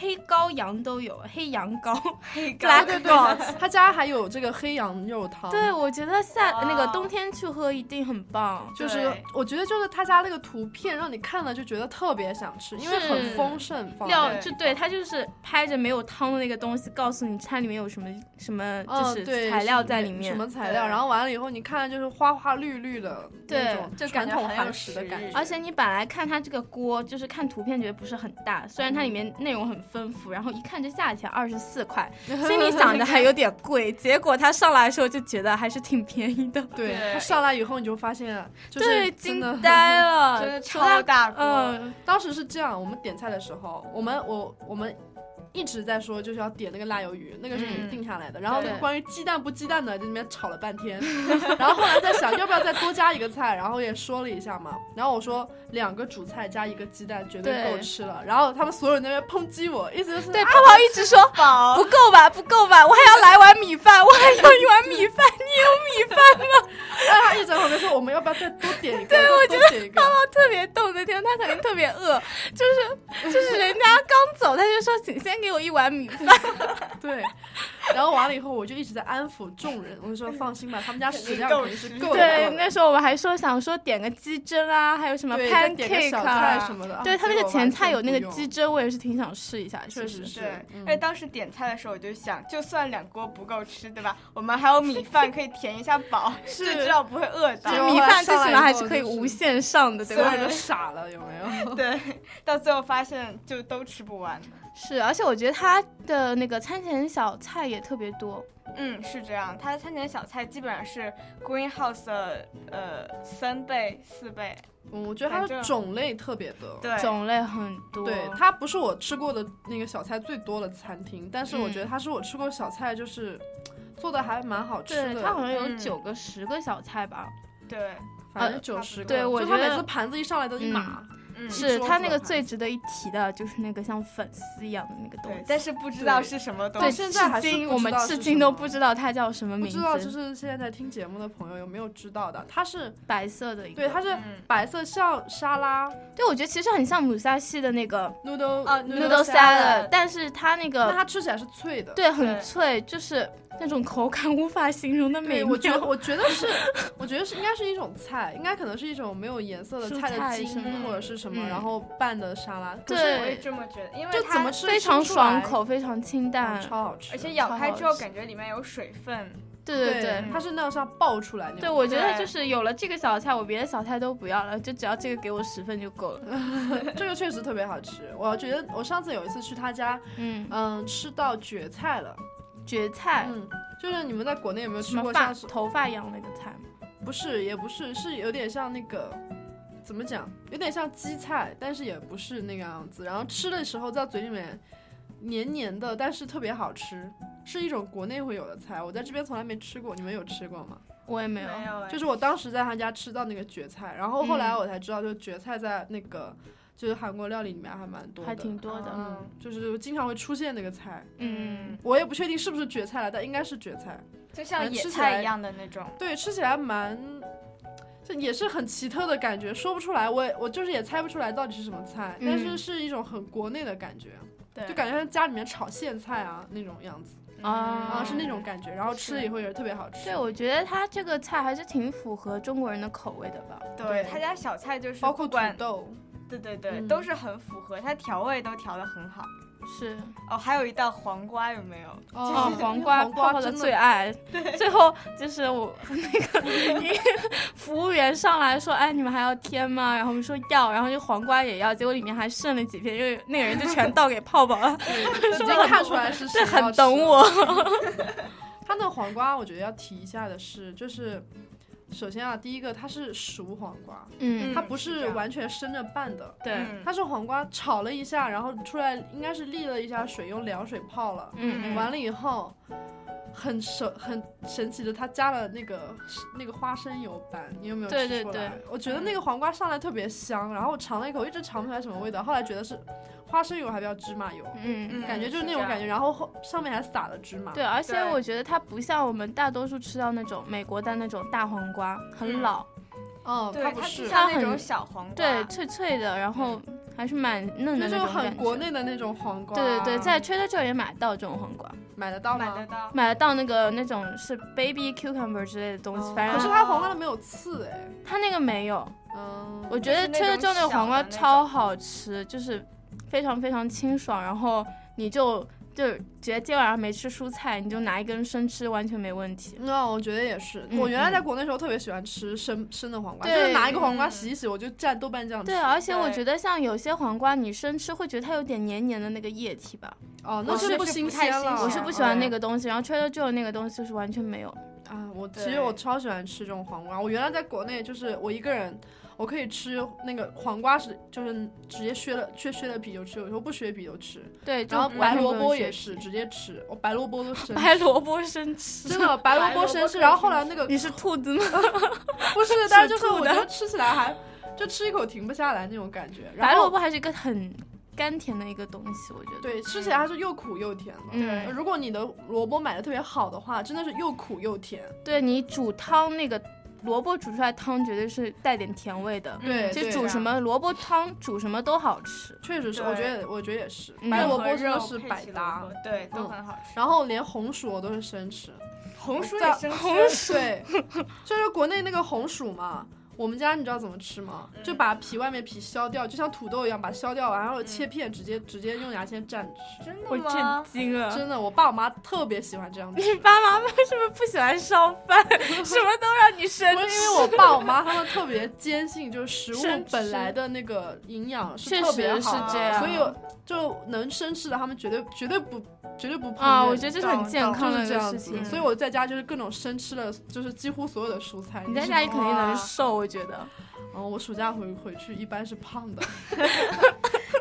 黑羔羊都有，黑羊羔黑 膏 black goat。他家还有这个黑羊肉汤， 对，我觉得夏那个哦冬天去喝一定很棒。就是对我觉得就是他家那个图片让你看了就觉得特别想吃，因为很是丰盛放料在就对，它就是拍着没有汤的那个东西，告诉你它里面有什么什么，嗯对就是材料什么在里面。什么材料，对然后完了以后你看就是花花绿绿的那对种就传感觉统很有韩食的食感欲觉，而且你本来看它这个锅，就是看图片觉得不是很大，虽然它里面内容很丰富，然后一看这价钱二十四 块，心里想着还有点贵，结果它上来的时候就觉得还是挺便宜 的， 对，对它上来以后你就发现，啊就是对，真惊的。呆 了，真的除了超大锅。嗯，当时是这样，我们点菜的时候，我们我我们一直在说就是要点那个辣鱿鱼，那个是嗯定下来的。然后那个对关于鸡蛋不鸡蛋的，就那边吵了半 天。然后后来在想要不要再多加一个菜，然后也说了一下嘛。然后我说两个主菜加一个鸡蛋绝对对够吃了。然后他们所有人在那边抨击我，意思就是啊对，泡泡一直说不够吧，不够吧，我还要来碗米饭，我还要一碗米饭，你有米饭吗？让哎他一直在旁边说我们要不要再多点一 个，对，我觉得点一个。泡泡特别逗，那天他肯定特别饿，就是就是人家刚走，他就说请先给我一碗米饭。对，然后完了以后，我就一直在安抚众人，我就说放心吧，他们家食量肯定是 够的。对够，的那时候我们还说想说点个鸡胗啊，还有什么对再点个 pancake 小啊菜什么的。对啊他那结个果前完菜全有那个不用鸡胗，我也是挺想试一下，确确实实是是。对，嗯而且当时点菜的时候，我就想，就算两锅不够吃，对吧？我们还有米饭可以填一下饱，就至少不会饿到就。结是果米后来饭最上起来码以还后是可以就无是限上的，对所有吧？人都傻了，有没有？对，到最后发现就都吃不完。是，而且我觉得他的那个餐前小菜也特别多，嗯，是这样。它的餐前小菜基本上是 Greenhouse 的呃三倍、四倍，嗯 我觉得它的反正种类特别多。对，种类很多。对，它不是我吃过的那个小菜最多的餐厅，但是我嗯觉得它是我吃过小菜，就是做的还蛮好吃对的。它好像有嗯九个、十个小菜吧。对，反正呃九十个，对我就它觉每得次盘子一上来都一嗯码。嗯是它那个最值得一提的，就是那个像粉丝一样的那个东对西，。但是不知道是什么东对，西。现在还是至今不我知们道至是今什都么不知道它叫什么不名字，知道就是现在在听节目的朋友有没有知道的？它是白色的一个。对，它是嗯白色像沙拉对我觉得其实很像姆萨西的那个 noodle 哦 noodle noodle salad， salad 但是它那那个它吃起来是脆的。对很对脆，就是那种口感无法形容的美对，妙我。觉 得我觉得是，我觉得是应该是一种菜，应该可能是一种没有颜色的蔬菜菜的什茎么或者是什么，嗯然后拌的沙拉。可是对我也这么觉得，因为就它怎么吃非吃常出爽来口，非常清淡嗯，超好吃。而且咬开之后超好吃感觉里面有水分。对对嗯对。它是那样像爆出来那种。对，我觉得对就是有了这个小菜，我别的小菜都不要了，就只要这个给我十分就够了。这个确实特别好吃。我觉得我上次有一次去他家，嗯，嗯，吃到蕨菜了。蕨菜，嗯，就是你们在国内有没有什吃么过发像是？头发痒那个菜吗？不是，也不是，是有点像那个，怎么讲？有点像荠菜，但是也不是那个样子。然后吃的时候在嘴里面黏黏的，但是特别好吃，是一种国内会有的菜。我在这边从来没吃过，你们有吃过吗？我也没有。没有哎，就是我当时在他家吃到那个蕨菜，然后后来嗯我才知道，就是蕨菜在那个就是韩国料理里面还蛮多的，还挺多的，嗯，就是经常会出现那个菜。嗯，我也不确定是不是蕨菜了，但应该是蕨菜。就像嗯野吃起菜来一样的那种。对，吃起来蛮，这也是很奇特的感觉，说不出来，我也我就是也猜不出来到底是什么菜，嗯但是是一种很国内的感觉，啊对，就感觉像家里面炒苋菜啊那种样子，啊啊嗯是那种感觉，然后吃是也会觉得特别好吃。对，我觉得它这个菜还是挺符合中国人的口味的吧。对对他家小菜就是包括不土管豆，对对对，嗯都是很符合，它调味都调的很好。是，哦，还有一道黄瓜有没有？哦，黄瓜黄瓜泡泡的真最爱。最后就是我 那个一服务员上来说：“哎，你们还要添吗？”然后我们说要，然后就黄瓜也要，结果里面还剩了几片，因为那个人就全倒给泡泡了，已经看出来是这谁要很吃懂我。它那黄瓜，我觉得要提一下的是，就是首先啊，第一个它是熟黄瓜，嗯，它嗯不是这是样完全生着拌的，对，嗯它是黄瓜炒了一下，然后出来应该是沥了一下水，用凉水泡了，嗯完了以后。很神很神奇的，它加了那个那个花生油拌，你有没有吃出对来？对对嗯我觉得那个黄瓜上来特别香，然后我尝了一口，一直尝不出来什么味道，后来觉得是花生油还不叫芝麻油，嗯。嗯感觉就是那种感觉，。然后后上面还撒了芝麻。对，而且对我觉得它不像我们大多数吃到那种美国的那种大黄瓜，很嗯老，嗯，对，它不它是是，它像那很种小黄瓜。对，脆脆的，然后还是蛮嫩那的那就种很感国觉内的那种黄瓜。对对对，在 Trader Joe 也买得到这种黄瓜，买得到买得吗？到。买得到那个那种是 baby cucumber 之类的东西，反可是正它黄瓜都没有刺哎。它那个没有。嗯，我觉得就是那 Trader 种 Joe 那个小的黄瓜那种超好吃，就是非常非常清爽，然后你就就觉得今晚上没吃蔬菜，你就拿一根生吃，完全没问题。那我觉得也是。嗯我原来在国内时候特别喜欢吃生生的黄瓜，就对是拿一个黄瓜嗯洗一洗，我就蘸豆瓣酱吃。对，而且我对觉得像有些黄瓜，你生吃会觉得它有点黏黏的那个液体吧，哦，那我是是不是新不太鲜新了。鲜我是不喜欢那个东西。然后 Trader Joe 那个东西就是完全没有。啊，我其对实我超喜欢吃这种黄瓜。我原来在国内就是我一个人，我可以吃那个黄瓜是就是直接削了，削削了皮就吃，有时候不削皮就吃。对，就然后完白全不萝能卜选也是直接吃，我白萝卜 都生白萝卜生吃，真的白白萝卜萝生卜吃，可以然后后生来那个你是兔子吗？不是，但是是就是吐我的觉得吃起来还就吃一口停不下来那种感觉。然白后萝卜还是一个很甘甜的一个东西，我觉得。嗯对吃起来它是又苦又甜的。嗯，如果你的萝卜买的特别好的话，真的是又苦又甜。对你煮汤那个萝卜煮出来汤绝对是带点甜味的，对，就嗯对嗯煮什么萝卜汤煮什么都好吃。确实是，啊对我觉得我觉得也是，嗯白萝和卜真的肉是配百起搭萝卜。对，都嗯很好吃。然后连红薯我都是生吃，红薯在也生吃， 对，就是国内那个红薯嘛。我们家你知道怎么吃吗？嗯就把皮外面皮削掉，就像土豆一样把它削掉，然后切片，直接直接用牙签蘸着吃。真我的震吗？惊了！真的，我爸我妈特别喜欢这样吃。 你爸妈妈是不是不喜欢烧饭？ 什么都让你生不是因吃？为我爸我妈他们特别坚信，就是食生物吃本来的那个营养是确特别实是好的，这样所以就能生吃的，他们绝对绝对不绝对不碰啊，的我觉得这是很健康就是的一这个样事子。情。嗯所以我在家就是各种生吃的，就是几乎所有的蔬菜。你在是家里肯定能哇瘦，我觉 得。嗯，我暑假回回去一般是胖的，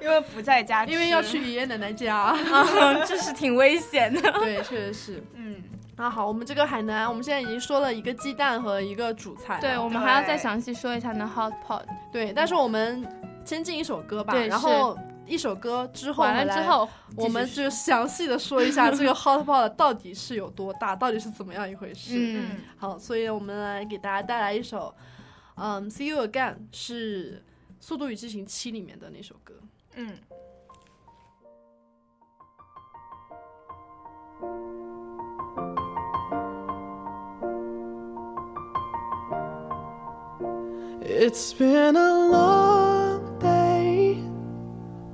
因为不在家吃，因为要去爷爷奶奶 家。嗯，这是挺危险的。 对，确实是。嗯，那好，我们这个海南，我们现在已经说了一个鸡蛋和一个主菜了。对，我们还要再详细说一下那 hot pot。对，但是我们先进一首歌吧，对然后一首歌之后，完了之，后，我们就详细的说一下 这个 hot pot 到底是有多大，到底是怎么样一回事。嗯，好，所以我们来给大家带来一首，嗯，See You Again 是《速度与激情七》里面的那首歌。嗯， It's been a long day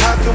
How can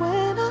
when I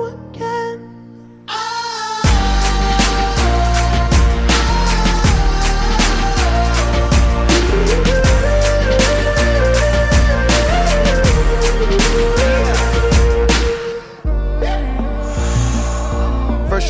again. First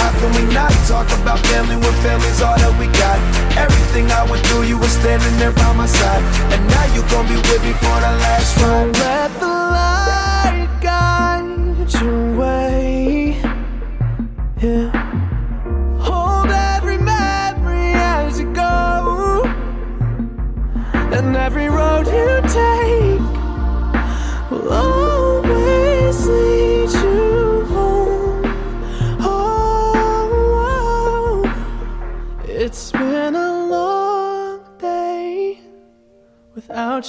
How can we not talk about family when family's all that we got? Everything I went through, you were standing there by my side, and now you gon' be with me for the last So ride. let the light guide your way. Yeah. Hold every memory as you go, and every road you take will always lead you home. Oh, oh. it's been a long day without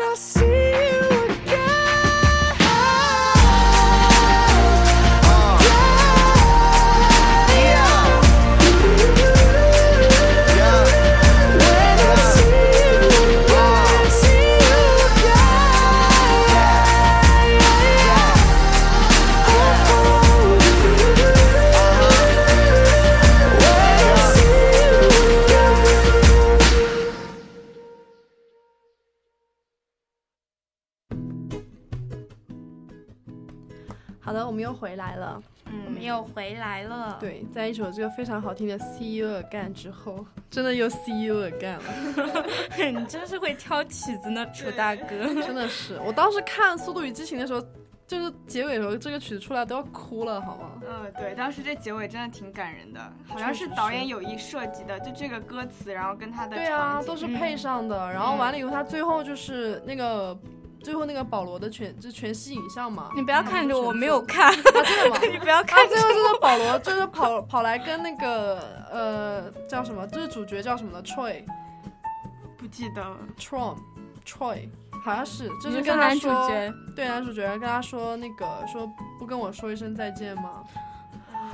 I see you 好的，我们又回来了。我嗯们又回来了。，对，在一首这个非常好听的《See You Again》之后，真的又《See You Again》了， 你真是会挑曲子呢，楚大哥。真的是。我当时看《速度与激情》的时候，就是结尾的时候，这个曲子出来都要哭了，好吗？嗯，对，当时这结尾真的挺感人的，好像是导演有意设计的，就这个歌词，然后跟他的对啊，场景都是配上的。然后完了以后，他最后就是那个。最后那个保罗的全就全息影像嘛，你不要看着我，我嗯没有看， 啊，真的 吗？你不要他看着最后就是保罗，就是跑跑来跟那个呃叫什么，就是主角叫什么的 Troy 不记得了。 Trom Troy，好像是，就你是是跟他男主说，角，对男主角跟他说那个说不跟我说一声再见吗？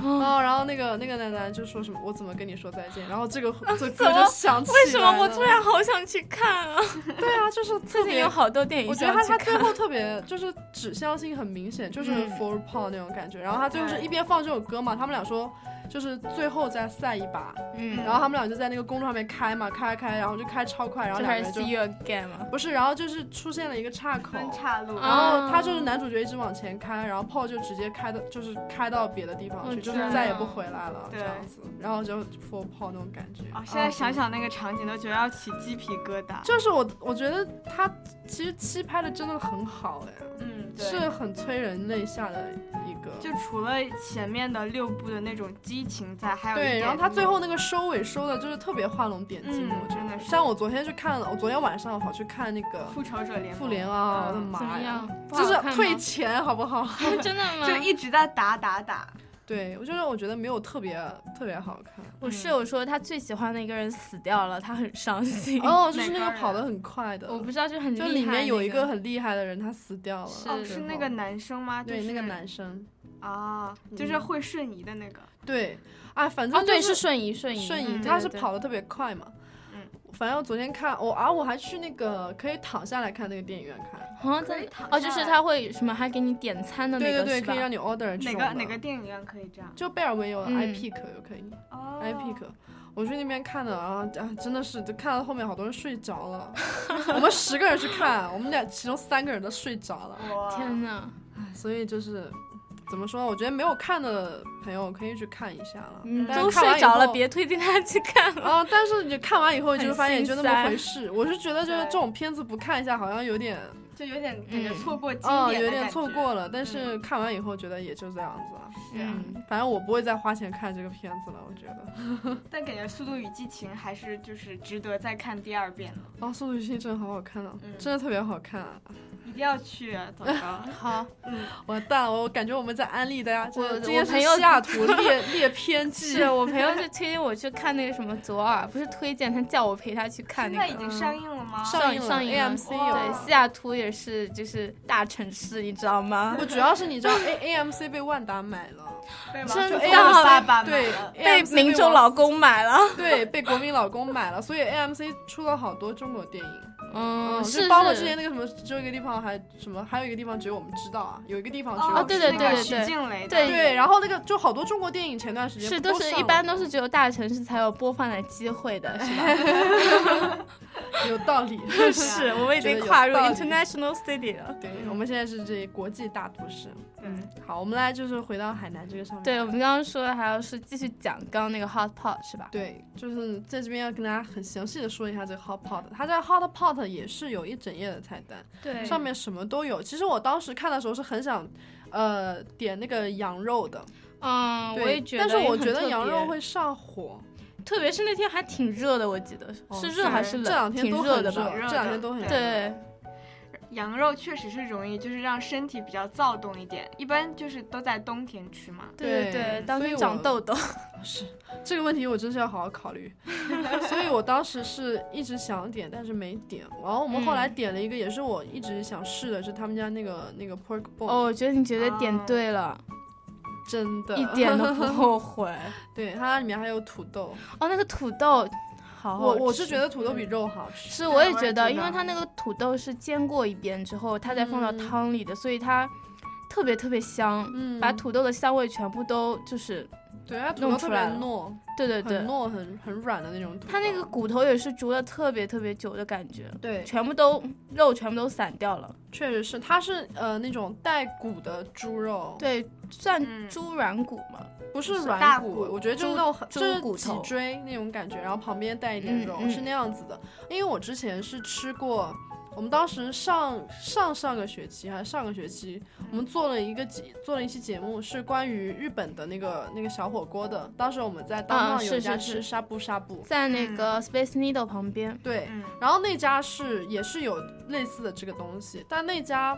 啊，然后那个那个男男就说什么我怎么跟你说再见，然后这个这怎歌么就 响起来为什么我了突然好想去看啊？对啊，就是 最近有好多电影我觉想得要他去看，他最后特别就是指向性很明显，就是嗯 for Paul 那种感觉。然后他最后是一边放这首歌嘛，他们俩说就是最后再赛一把，嗯然后他们俩就在那个公路上面开嘛，开开，然后就开超快，然后就两开个人始就 see you again 嘛。不是，然后就是出现了一个岔口，岔路然后他就是男主角一直往前开，然后 Paul 就直接开到就是开到别的地方我去，知就是再也不道回来了这对样子，然后就 for Paul 那种感觉。哦，现在嗯想想那个场景都觉得要起鸡皮疙瘩。就是我，我觉得他其实七拍的真的很好哎，嗯，对是很催人泪下的一个。就除了前面的六部的那种激情在，还有一对，点然后他最后那个收尾收的就是特别画龙点睛，嗯我觉真的得。是像我昨天去看了，我昨天晚上跑去看那个《复仇者联盟复联啊，我的嗯怎妈么呀样，不好就是看吗？退钱好不好 真的吗就一直在打打打。对，我就是我觉得没有特别特别好 看。我室友说他最喜欢的一个人死掉了，他很伤心。哦，就是那个跑得很快的， 我不知道，就很就厉里害面有那一个个很厉害的人，他死掉了。哦，是那个男生吗？对就那个是男生啊，就是嗯会瞬移的那个。对，啊，反正、哦就对是瞬移瞬移瞬移嗯，他对是对嗯跑得特别快嘛。反正我昨天看，我、啊，我还去那个可以躺下来看那个电影院看。啊，真的哦，就是他会什么还给你点餐的那对个，对对，是吧可以让你 order 这哪种个的哪个电影院可以这样？就贝尔维有嗯 iPic 就可以、哦 iPic。我去那边看的，然后啊，真的是就看到后面好多人睡着 了。我们十个人去看，我们俩其中三个人都睡着了。天呐，唉所以就是怎么说呢？我觉得没有看的朋友可以去看一下了。嗯但是都看完睡以着了后别推荐他去看 了啊，但是你看完以后，你就很发现也心就那么塞回事。我是觉得，就是这种片子不看一下，好像有点，就有点感觉错过经嗯，典有的点感错觉过了。嗯但是看完以后，觉得也就这样子了。是啊嗯，反正我不会再花钱看这个片子了。我觉得，但感觉《速度与激情》还是就是值得再看第二遍了，啊，《速度与激情》真的好好看啊，嗯真的特别好看啊。。一定要去、啊，糟糕 好，完蛋了，我感觉我们在安利大家，这我这些我是朋友西雅 图猎猎偏记。是我朋友就推荐我去看那个什么左耳，不是推荐他叫我陪他去看、那个。现在已经上映了吗上上映映了上映了 AMC 有对，西雅图也是就是大城市，你知道吗？我主要是你知道 A AMC 被万达买了，被 真的啊 A M C 对被民众老公买了，对，被国民老公买了，所以 A M C 出了好多中国电影。嗯是就包括是之前那个什么，只有一个地方还什么，还有一个地方只有我们知道啊，有一个地方只有哦我们对知对道对对对对对，然后那个就好多中国电影前段时间是都都是上一了般都是只有大城市才有播放的机会 的，是吧？，有道理 是我们已觉得经有跨入道理 international city 了。对，我们现在是这国际大都市。嗯，好，我们来就是回到海南这个上面。 对，我们刚刚说的还要是继续讲刚刚那个 hot pot 是吧？对，就是在这边要跟大家很详细的说一下这个 hot pot，它在 hot pot 也是有一整页的菜单，对上面什么都有。其实我当时看的时候是很想，呃，点那个羊肉的，嗯，对我也觉得，但是我因为很觉得特别羊肉会上火，特别是那天还挺热的，我记得是是热哦还是冷？这两天都挺很热的吧？热这两天都很热对，羊肉确实是容易，就是让身体比较躁动一点。一般就是都在冬天吃嘛。对对，当所以天我长痘痘。是这个问题，我真是要好好考 虑。 所以我当时是一直想点，但是没点。然后我们后来嗯点了一个，也是我一直想试的，是他们家那个那个 pork bone。哦，我觉得你觉得啊点对了，真的一点 都不后悔。对，它里面还有土豆。哦，那个土豆，好好我我吃是觉得土豆比肉好吃。是，我也觉得，因为它那个土豆是煎过一遍之后，它再放到汤里的，所以它特别特别香，嗯把土豆的香味全部都就是对它土弄豆出特别来了糯，对对对很糯很很软的那种土豆。它那个骨头也是煮了特别特别久的感觉，对嗯全部都肉全部都散掉了，确实是，它是呃那种带骨的猪肉，对，算嗯猪软骨嘛，不是大软骨，我觉得就是那种很猪就是骨脊头椎那种感觉，然后旁边带一点嗯肉，嗯是那样子的。因为我之前是吃过，我们当时上上上个学期还是上个学期，我们做了一个节做了一期节目，是关于日本的那个那个小火锅的。当时我们在当嗯上有一是家是吃是沙布沙布，在那个 Space Needle 旁边，对，嗯然后那家是也是有类似的这个东西，但那家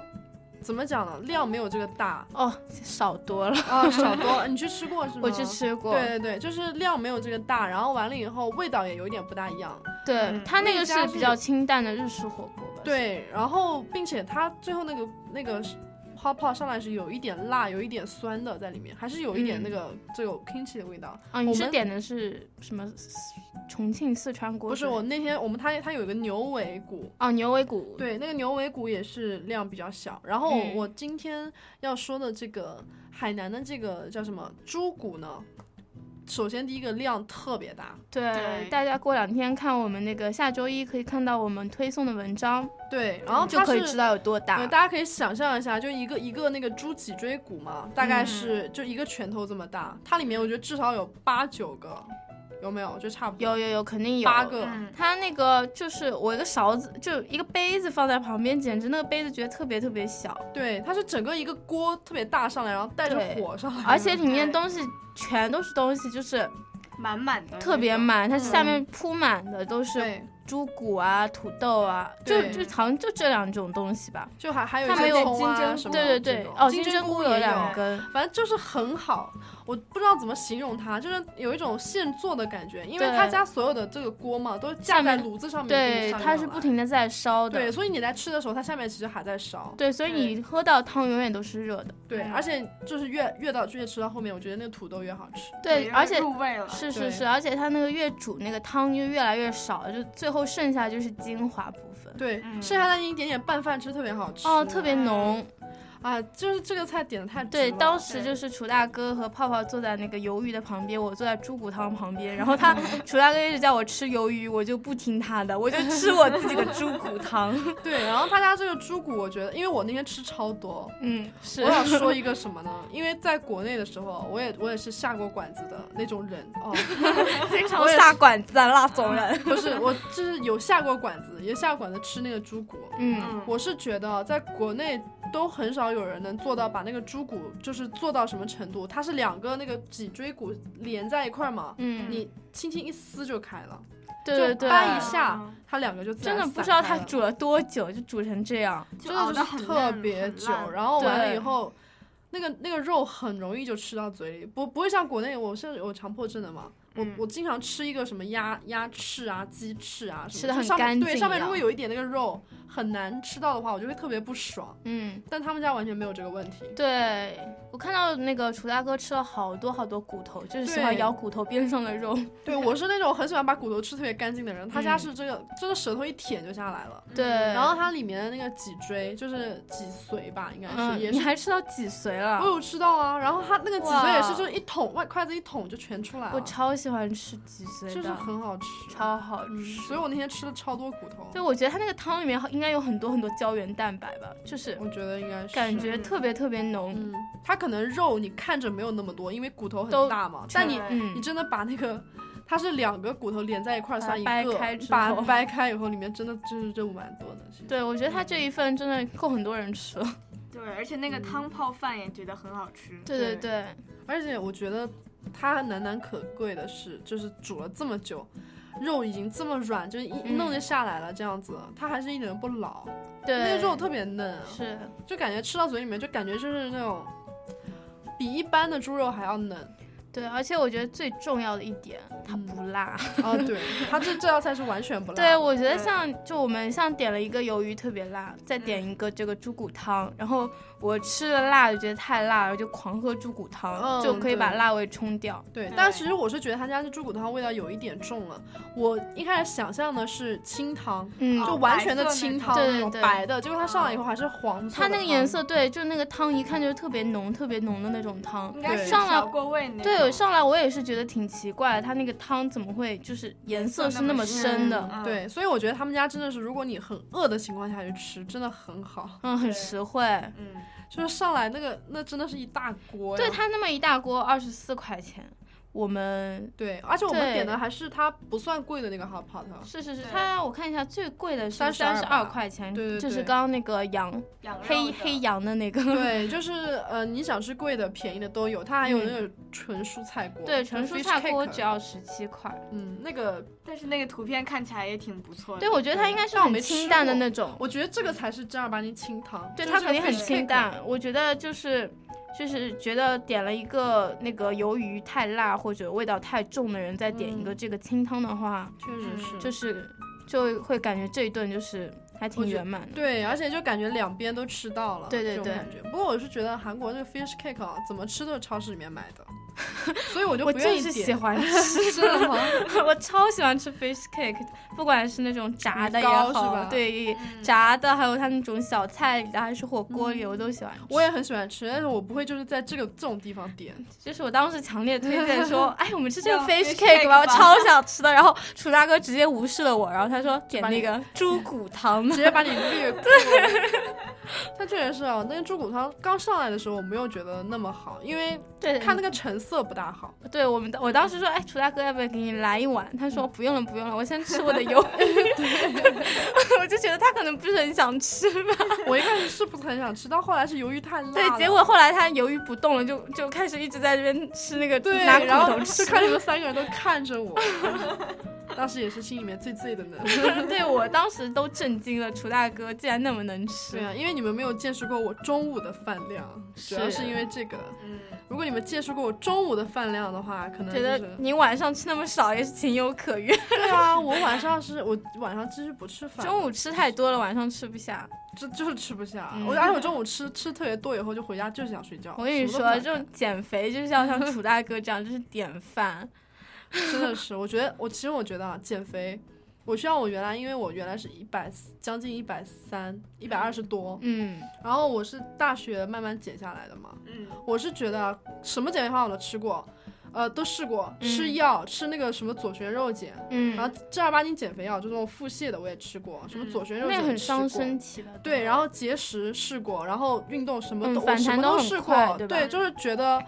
怎么讲呢？量没有这个 大哦，少多了啊、少多。你去吃过是吗？我去吃嗯过对对对，就是量没有这个大，然后完了以后味道也有一点不大一样。对，它那个嗯家是比较清淡的日式火锅吧，对，然后并且它最后那个那个泡泡上来是有一点辣，有一点酸的在里面，还是有一点那个、嗯、这个 kimchi 的味道。啊，你是点的是什么？重庆四川锅？不是，我那天我们他他有一个牛尾骨啊，牛尾骨，对，那个牛尾骨也是量比较小。然后嗯我今天要说的这个海南的这个叫什么猪骨呢？首先，第一个量特别大。对，对大家过两天看我们那个下周一可以看到我们推送的文章。对，然后嗯就可以知道有多大。对，嗯大家可以想象一下，就一个一个那个猪脊椎骨嘛，大概是、嗯、就一个拳头这么大。它里面我觉得至少有八九个，有没有？就差不多。有有有，肯定有八个。嗯、它那个就是我一个勺子，就一个杯子放在旁边，简直那个杯子觉得特别特别小。对，它是整个一个锅特别大上来，然后带着火上来，而且里面东西。全都是东西，就是满满的，嗯特别满。嗯它下面铺满的都是猪骨啊、土豆啊，就就好像就这两种东西吧。就还还有它没有金针菇，对对对，哦，金针菇有两根，反正就是很好。我不知道怎么形容它，就是有一种现做的感觉，因为他家所有的这个锅嘛，都是架在炉子上面，对，它是不停的在烧的。对，所以你在吃的时候，它下面其实还在烧。对，所以你喝到汤永远都是热的。对，而且就是越越到越吃到后面，我觉得那个土豆越好吃。对，而且入味了。 是是是，而且它那个越煮那个汤就越来越少，就最后剩下就是精华部分。对，剩下那一点点拌饭吃特别好吃嗯哦，特别浓。啊，就是这个菜点的太对，当时就是楚大哥和泡泡坐在那个鱿鱼的旁边，我坐在猪骨汤旁边，然后他楚大哥一直叫我吃鱿鱼，我就不听他的，我就吃我自己的猪骨汤。 对，然后他家这个猪骨，我觉得，因为我那天吃超多，嗯，是。我想说一个什么呢？ 因为在国内的时候，我也我也是下过馆子的那种人 哦，经 常下馆子的那种人。不是，我就是有下过馆子，也下馆子吃那个猪骨。嗯，我是觉得在国内都很少。有人能做到把那个猪骨就是做到什么程度？它是两个那个脊椎骨连在一块儿嘛，嗯，你轻轻一撕就开了，对对对，掰一下，它两个就真的不知道它煮了多久，就煮成这样，真的就是特别久。然后完了以后，那个那个肉很容易就吃到嘴里，不不会像国内，我是有强迫症的嘛。我嗯我经常吃一个什么鸭鸭翅啊、鸡翅啊什么，吃的很干净。啊对，上面如果有一点那个肉很难吃到的话，我就会特别不爽。嗯，但他们家完全没有这个问题。对，我看到那个楚大哥吃了好多好多骨头，就是喜欢咬骨头边上的肉。对，我是那种很喜欢把骨头吃特别干净的人。嗯他家是这个，这个舌头一舔就下来了。对，然后它里面的那个脊椎就是脊髓吧，应该是也是。嗯你还吃到脊髓了？我有吃到啊。然后它那个脊髓也是，就是一捅，外筷子一捅就全出来了。我超。喜欢吃脊髓的，就是很好吃，超好吃、嗯。所以我那天吃了超多骨头。对，我觉得它那个汤里面应该有很多很多胶原蛋白吧，就是我觉得应该是感觉特别特别浓。嗯，它可能肉你看着没有那么多，因为骨头很大嘛。但你、嗯、你真的把那个，它是两个骨头连在一块儿算一个，把掰开以后，里面真的就是肉蛮多的。对，我觉得它这一份真的够很多人吃了。对，而且那个汤泡饭也觉得很好吃。对嗯对对，而且我觉得。它难能可贵的是，就是煮了这么久，肉已经这么软，就是一、嗯、弄就下来了，这样子，它还是一点都不老，对，那个肉特别嫩，啊是，就感觉吃到嘴里面，就感觉就是那种比一般的猪肉还要嫩。对，而且我觉得最重要的一点，它嗯不辣。哦，对，它这这道菜是完全不辣。对，嗯我觉得像就我们像点了一个鱿鱼特别辣，再点一个这个猪骨汤，然后我吃了辣就觉得太辣了，就狂喝猪骨汤，就可以把辣味冲掉。对，但其实我是觉得他家这猪骨汤味道有一点重了。我一开始想象的是清汤，嗯哦就完全的清汤那种白的，结果它上来以后还是黄色。它那个颜色，对，就是那个汤一看就是特别浓、特别浓的那种汤，上来过味那对。上来我也是觉得挺奇怪的，它那个汤怎么会就是颜色是那么深的？嗯、对，所以我觉得他们家真的是，如果你很饿的情况下去吃，真的很好，嗯，很实惠，嗯，就是上来那个那真的是一大锅，对，它那么一大锅二十四块钱。我们对，而且我们点的还是它不算贵的那个 hot pot。是是是，它我看一下最贵的是三十二块钱，对对对，就是刚刚那个羊黑黑羊的那个。对，就是呃，你想吃贵的、便宜的都有，它还有那个纯蔬菜锅。 嗯对，纯蔬菜锅只要十七块。嗯，那个，但是那个图片看起来也挺不错的。对，我觉得它应该是很清淡的那种。我觉得这个才是正儿八经清汤。对，它肯定很清淡。我觉得就是。就是觉得点了一个那个鱿鱼太辣或者味道太重的人，嗯嗯再点一个这个清汤的话，确实是，就是就会感觉这一顿就是还挺圆满的。对，而且就感觉两边都吃到了，对对这种对感觉。不过我是觉得韩国这个 fish cake 啊，怎么吃都是超市里面买 的，所以我就我不愿就意是点。喜 欢吃，真的吗？我超喜欢吃 fish cake，不管是那种炸的鱼也糕好，是吧对，炸的，还有它那种小菜里的，还是火锅里，我都喜欢吃。我也很喜欢吃，但是我不会就是在这个这种地方点。 就是我当时强烈推荐 说，哎，我们吃这个要 fish fish cake cake 吧，吧我超想吃的。然后楚大哥直接无视了我，然后他说点把那你个 猪骨汤，直接把你略过。它确实是啊，那个猪骨汤刚上来的时候，我没有觉得那么好，因为对看那个成色不大好。 对我们，我当时说，哎，楚大哥，要不要给你来一碗？他说不用了，不用了，我先吃我的油。 我就觉得他可能不是很想吃吧。我一开始是不是很想吃，到后来是由于太辣了。对，结果后来他由于不动了，就就开始一直在这边吃那个对，拿然骨后头吃就。看你们三个人都看着我， 当时也是心里面醉醉的 呢。对我当时都震惊了，楚大哥竟然那么能吃。对啊，因为你们没有见识过我中午的饭量，主要是是因为这个。如果你们见识过我中午的饭量的话，可能、就嗯觉是、得你晚上吃那么少也是情有可 原。对啊，我晚上是我晚上其实不吃饭，中午吃太多了，晚上吃不下。就就是吃不下。嗯我而且我中午吃吃特别多，以后就回家就是想睡觉。我跟你什么都说，不这想种减肥就是要像楚大哥这样，就是典范。干真的是，我觉得我其实我觉得啊，减肥，我希望我原来因为我原来是一百将近一百三一百二十多， 嗯，然后我是大学慢慢减下来的嘛，嗯，我是觉得什么减肥方法我都吃过，呃，都试过，吃药，吃那个什么左旋肉碱，嗯然后正儿八经减肥药，就那种腹泻的我也吃过，什么左旋肉那碱很吃伤过身体的。对，然后节食试过，然后运动什么嗯都、反我什弹么都很试快过，对吧对，就是觉得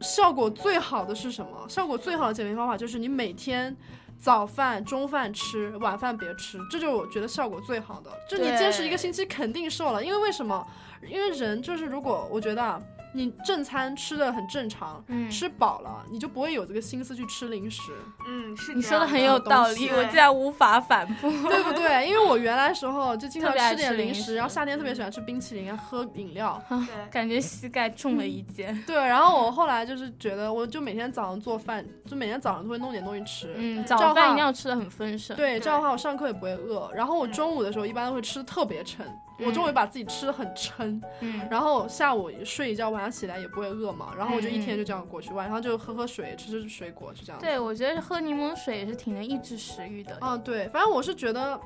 效果最好的是什么？效果最好的减肥方法就是你每天。早饭、中饭吃，晚饭别吃，这就是我觉得效果最好的。就你坚持一个星期，肯定瘦了。因为为什么？因为人就是，如果我觉得啊，你正餐吃的很正常，嗯吃饱了，你就不会有这个心思去吃零 食。嗯，是你这说的样很有道东理，西我竟然无法反 驳。对不对？因为我原来时候就经常特别爱吃点吃零零食，食嗯然后夏天特别喜欢吃冰淇淋、啊喝饮料。对感觉膝盖中了一箭。对，然后我后来就是觉得，我就每天早上做饭，就每天早上都会弄点东西吃。嗯，这 早样的话饭一定要吃的很丰盛。对，这样的话我上课也不会饿。然嗯后我中午的时候一般都会吃得特别撑，我中午把自己吃的很撑，嗯，然后下午睡一觉，晚上起来也不会饿嘛。然后我就一嗯天就这样过去，晚上就喝喝水，吃吃水果，就这样。对，我觉得喝柠檬水也是挺能抑制食欲的。啊，对，反正我是觉得，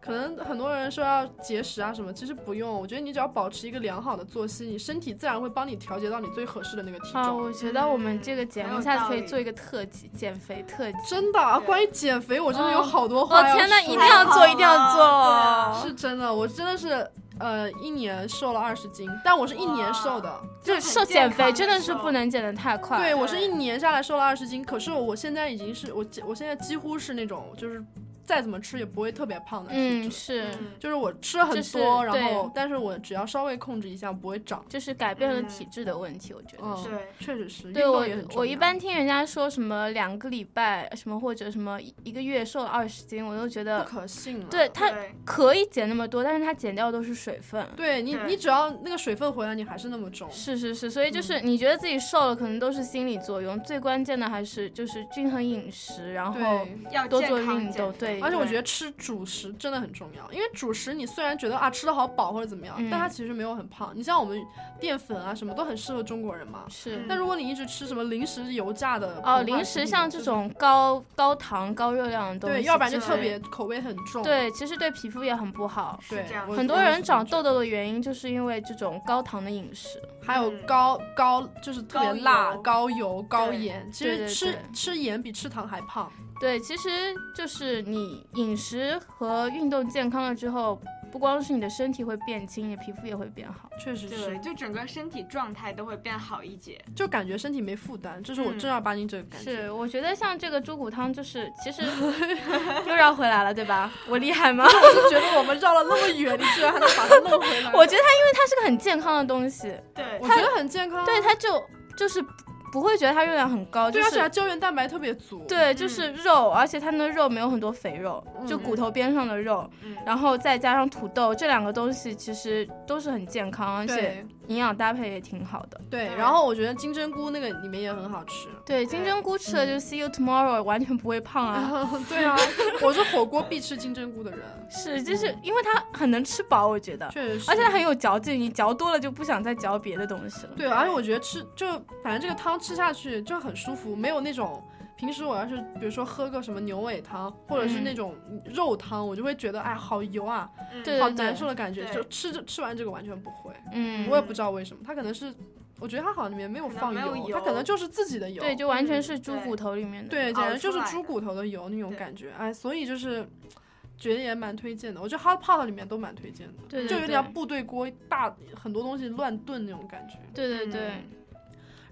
可能很多人说要节食啊什么，其实不用。我觉得你只要保持一个良好的作息，你身体自然会帮你调节到你最合适的那个体啊，重。我觉得我们这个节很目有下次道可以理做一个特辑，减肥特辑。真的，啊，关于减肥，我真的有嗯好多哦话要天呐，说一定要做，一定要做好哦！是真的，我真的是，呃，一年瘦了二十斤，但我是一年瘦的。就是瘦健减肥康真的的是瘦不能减得太快。对，我是一年下来瘦了二十斤，可是我现在已经是我，我现在几乎是那种就是再怎么吃也不会特别胖的体质。嗯，是，就是我吃了很就多，是然对后但是我只要稍微控制一下，不会长。就是改变了体质的问题，我觉得嗯是。对，确实是。嗯哦对运我动也很重，要我一般听人家说什么两个礼拜什么或者什么一一个月瘦了二十斤，我都觉不得可信了。啊对他对可以减那么多，但是他减掉都是水分。对你，对你只要那个水分回来，你还是那么重。是是是，所以嗯就是你觉得自己瘦了，可能都是心理作用，最关键的还是就是均衡饮食，然后对，要多健做康运减动肥对而且我对觉得吃主食真的很重要，因为主食你虽然觉得啊吃的好饱或者怎么样，嗯但它其实没有很胖。你像我们淀粉啊什么都很适合中国人嘛。是。但如果你一直吃什么零食、油炸的膨化哦，零食食品像就嗯是这种高高糖高热量的东西，对，要不然就其特实别口味很重。对，其实对皮肤也很不好。对这样，我很多我也人是长这么痘觉痘的原因就是因为这种高糖的饮食。得，还有高高就是特别嗯高辣、油高油、高对盐，其对实对吃对吃盐比吃糖还胖。对，其实就是你饮食和运动健康了之后，不光是你的身体会变轻，你的皮肤也会变好。确实是对，，就整个身体状态都会变好一截。就感觉身体没负担，这是我嗯正儿八经这个感觉。是，我觉得像这个猪骨汤，就是其 实又绕回来了，对吧？我厉害 吗？我就觉得我们绕了那么远，你居然还能把它弄 回来。我觉得它因为它是个很健康的东西，对我觉得很健康啊、对，它就就是不会觉得它热量很高，对，就而是、且它胶原蛋白特别足。对，就是肉，而且它那肉没有很多肥肉，就骨头边上的肉，然后再加上土豆，这两个东西其实都是很健康，而且对营养搭配也挺好的。对，然后我觉得金针菇那个里面也很好吃。对，金针菇吃了就是 see you tomorrow，完全不会 胖啊。对啊，我是火锅必吃金针菇的人。 是，就是因为它很能吃饱，我觉得，确实是而且它很有嚼劲，你嚼多了就不想再嚼别的东西了。对，而且我觉得吃就反正这个汤吃下去就很舒服，没有那种平时我要是比如说喝个什么牛尾汤或者嗯是那种肉汤，我就会觉得哎好油啊，对好对对难受的感觉。对就吃着吃完这个完全不会，嗯我也不知道为什么，它可能是我觉得它好像里面没有放没有油它可能就是自己的油，对，就完全是猪骨头里面的。对，简直就是猪骨头的油那种感觉，哎，所以就是觉得也蛮推荐的。我觉得 hot pot 里面都蛮推荐的，对对就有对点像部队锅大很多东西乱炖那种感觉。对对对。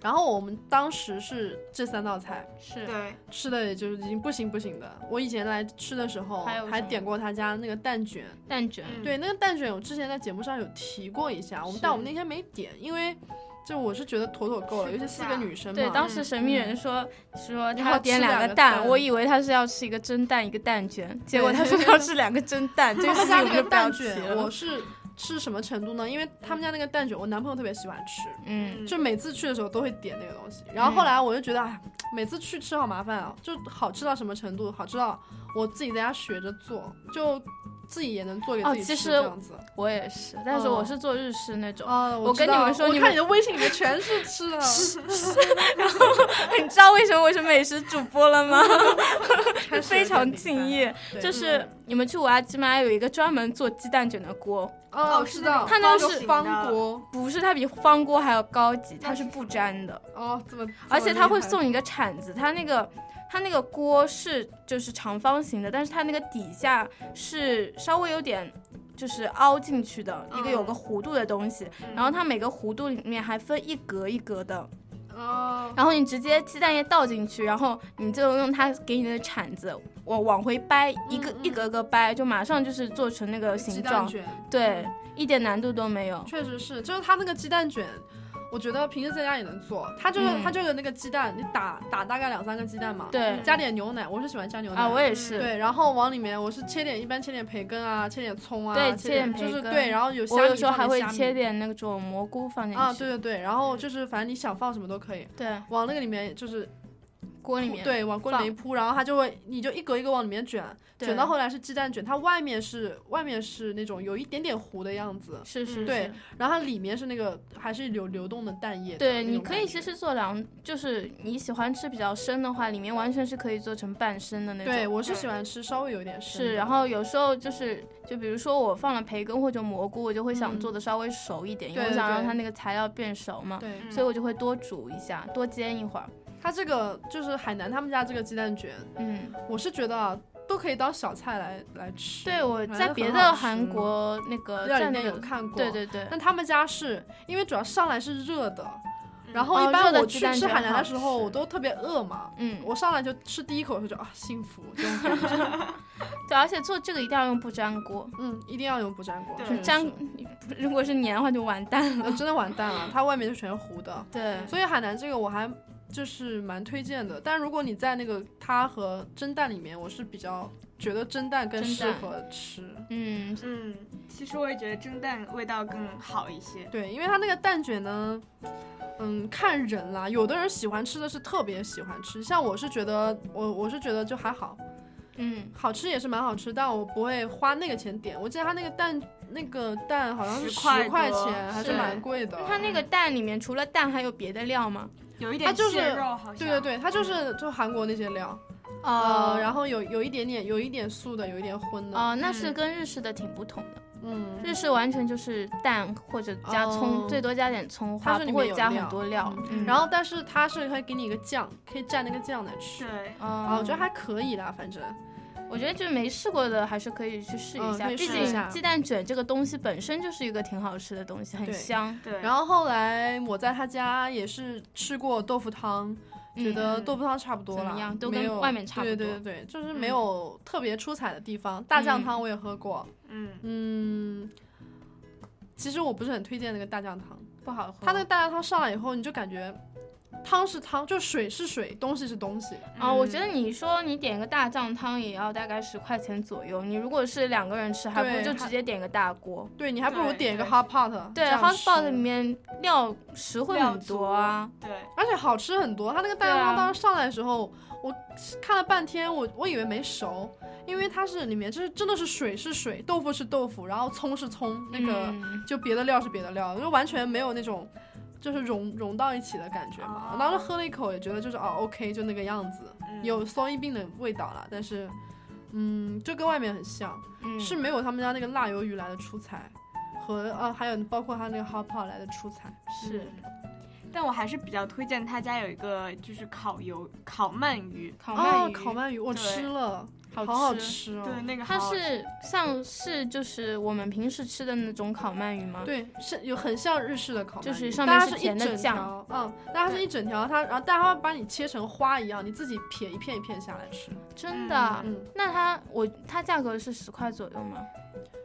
然后我们当时是这三道菜，是对吃的也就是已经不行不行的。我以前来吃的时候还有什么还点过他家那个蛋卷，蛋卷，对，那个蛋卷我之前在节目上有提过一下，我们但我们那天没点，因为就我是觉得妥妥够了，尤其四个女生嘛。对，当时神秘人嗯说、说你他要要吃点两两个个蛋，蛋我以为他是要吃一个蒸蛋一个蛋卷，结果他说要吃两个蒸 蛋，这个他们事情家我那们个就不要蛋提卷，了。我是吃什么程度呢？因为他们家那个蛋卷，我男朋友特别喜欢吃，嗯就每次去的时候都会点那个东西。然后后来我就觉得，哎，每次去吃好麻烦啊，就好吃到什么程度？好吃到我自己在家学着做，就自己也能做给哦，自己其吃实这样子。我也是，但是哦我是做日式那种。哦，我知跟你道们说，我你看们你的微信里面全是吃的，然后你知道为什么我是美食主播了 吗？非常敬业，对就是你们去五阿鸡妈有一个专门做鸡蛋卷的锅。哦，知道，它那个是方锅，不是它比方锅还要高级，它是不粘的，哦，这么，而且它会这么厉害送你一个铲子，它那个它那个锅是就是长方形的，但是它那个底下是稍微有点。就是凹进去的一个有个弧度的东西，嗯然后它每个弧度里面还分一格一格的，哦，然后你直接鸡蛋液倒进去，然后你就用它给你的铲子往往回掰，一个、一格格掰，就马上就是做成那个形鸡蛋状卷。对，一点难度都没有。确实是，就是它那个鸡蛋卷，我觉得平时在家也能做。它就是、嗯它就是那个鸡蛋，你打打大概两三个鸡蛋嘛，对加点牛奶，我是喜欢加牛奶啊我也是对，然后往里面我是切点，一般切点培根啊，切点葱啊，对，切点培就根。是对，然后有虾米我有时候还放会点虾米切点那嗯种蘑菇放进去。啊，对对对，然后就是反正你想放什么都可以，对，往那个里面就是。锅里面对，往锅里面一放铺，然后它就会，你就一格一格往里面卷，对卷到后来是鸡蛋卷，它外面是外面是那种有一点点糊的样子，是是嗯对嗯是，然后它里面是那个还是流流动的蛋液的那种对，感觉，你可以其实做两，就是你喜欢吃比较深的话，里面完全是可以做成半生的那种。嗯对，我是喜欢吃稍微有点深的。是，然后有时候就是，就比如说我放了培根或者蘑菇，我就会想做的稍微熟一点，因嗯对为我对想让对它那个材料变熟嘛。对嗯所以我就会多煮一下，多煎一会儿。它这个就是海南他们家这个鸡蛋卷，嗯，我是觉得啊，都可以当小菜来来吃。对，我反在正别很的好韩吃国那个料理站店那有个看过，对对对。但他们家是因为主要上来是热的。然后哦一热般的我鸡去蛋吃卷海南好的时候，我都特别饿嘛，嗯我上来就吃第一口就觉得啊幸福， 这种感觉对，而且做这个一定要用不粘锅，嗯，一定要用不粘锅，确实粘是 如果是粘的话就完 蛋了呃。真的完蛋了，它外面就全是糊的。对所以海南这个我还就是蛮推荐的，但如果你在那个它和蒸蛋里面，我是比较觉得蒸蛋更蒸适蛋合吃。嗯嗯，其实我也觉得蒸蛋味道更好一些。对，因为它那个蛋卷呢，嗯，看人啦，有的人喜欢吃的是特别喜欢吃，像我是觉得我我是觉得就还好，嗯，好吃也是蛮好吃，但我不会花那个钱点。我记得它那个蛋那个蛋好像是10十块块多钱，还是是蛮贵的。它那个蛋里面除了蛋还有别的料吗？有一它就是对对像对，它就是就韩国那些料，哦呃，然后有有一点点有一点素的，有一点荤的。哦，那是跟日式的挺不同的。嗯，日式完全就是蛋或者加葱，哦最多加点葱花，它是里不面会有加很多料。嗯然后但是它是会给你一个酱，可以蘸那个酱来吃。对，嗯啊，我觉得还可以啦，反正。呃我觉得就没试过的还是可以去试一嗯下，可以毕试一下竟鸡蛋卷这个东西本身就是一个挺好吃的东西，很对香。然后后来我在他家也是吃过豆腐汤，嗯觉得豆腐汤差不多怎么了，样都没跟有外面差不对对多嗯对对，就是没有特别出彩的地方。大酱汤我也喝过，嗯嗯，其实我不是很推荐那个大酱汤，不好喝它那个大酱汤上来以后，你就感觉汤是汤，就水是水，东西是东西。啊、我觉得你说你点个大酱汤也要大概十块钱左右，你如果是两个人吃，还不如对就还直接点个大锅。对你还不如点一个 hot pot，对这样，hot 吃 pot 里面料实惠料很多啊。对，而且好吃很多。它那个蛋对啊糕当时上来的时候，我看了半天，我我以为没熟，因为它是里面就是真的是水是水，豆腐是豆腐，然后葱是葱，嗯那个、就别的料是别的料，就完全没有那种就是融融到一起的感觉嘛。我当时喝了一口，也觉得就是哦 OK，就那个样子，嗯嗯有松一冰的味道啦，但是嗯，就跟外面很像，嗯是没有他们家那个辣鱿鱼来的出彩。和啊，还有包括它那个 hot pot 来的出彩，是嗯但我还是比较推荐他家有一个就是烤油烤鳗鱼，烤哦，烤鳗鱼我吃对了，好好吃哦。对那个它好好是像是就是我们平时吃的那种烤鳗鱼吗？对，是有很像日式的烤鳗鱼，就是上但面它是一甜的整酱条嗯，但它是一整条，它然后但它会把你切成花一样，你自己撇一片一片下来吃。真的？啊嗯，那它我它价格是十块左右吗？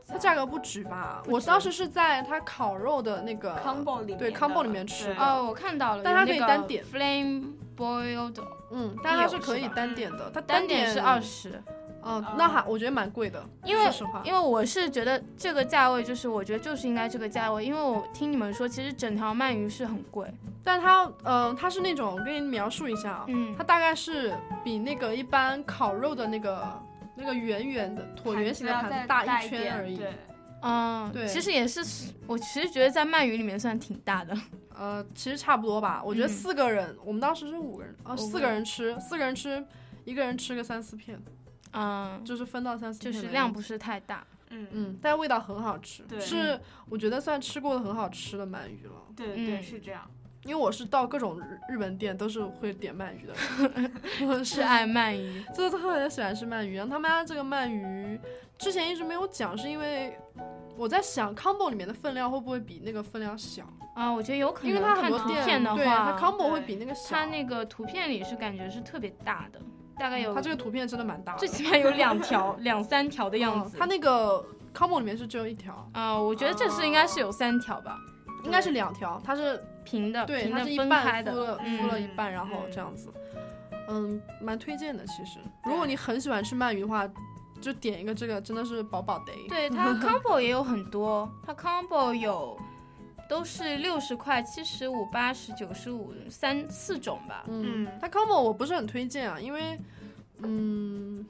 它价格不止吧？我当时是在它烤肉的那个 combo 里面对的 combo 里面吃的。哦，我看到了，但有它那可以个单点 flame boiled，嗯，但它有是可以吧单点的，它单点点是二。十。嗯，那还我觉得蛮贵的，因为说实话，因为我是觉得这个价位就是我觉得就是应该这个价位，因为我听你们说其实整条鳗鱼是很贵，但它，嗯、它是那种，我给你描述一下啊，嗯它大概是比那个一般烤肉的那个那个圆圆的椭圆形的盘子大一圈而已。嗯，对其实也是，我其实觉得在鳗鱼里面算挺大的，呃，其实差不多吧，我觉得嗯四个人，我们当时是五个人，啊、五个四个人吃，四个人吃，一个人吃个三四片，嗯，就是分到三四就片的样子，是量不是太大，嗯嗯，但味道很好吃，对是我觉得算吃过的很好吃的鳗鱼了。对对、是这样。因为我是到各种日日本店都是会点鳗鱼的人， 我是啊爱鳗鱼，就特别喜欢吃鳗鱼。然后他们家这个鳗鱼之前一直没有讲，是因为我在想 combo 里面的分量会不会比那个分量小，啊，我觉得有可因为能它很看多图店片的对话它，combo 会比那个小。它那个图片里是感觉是特别大的，大概有它这个图片真的蛮大的，最起码有 两条、两三条的样子嗯它。那个 combo 里面是只有一条，啊，我觉得这是应该是有三条吧，应该是两条，它是平的，对，平它的是一分开半的敷了，敷了一嗯半，然后这样子，嗯，蛮推荐的。其实，如果你很喜欢吃鳗鱼的话，就点一个这个，真的是饱饱的。对它 combo 也有很多，它 combo 有都是六十块、七十五、八十、九十五三四种吧。嗯，它 combo 我不是很推荐啊，因为，嗯，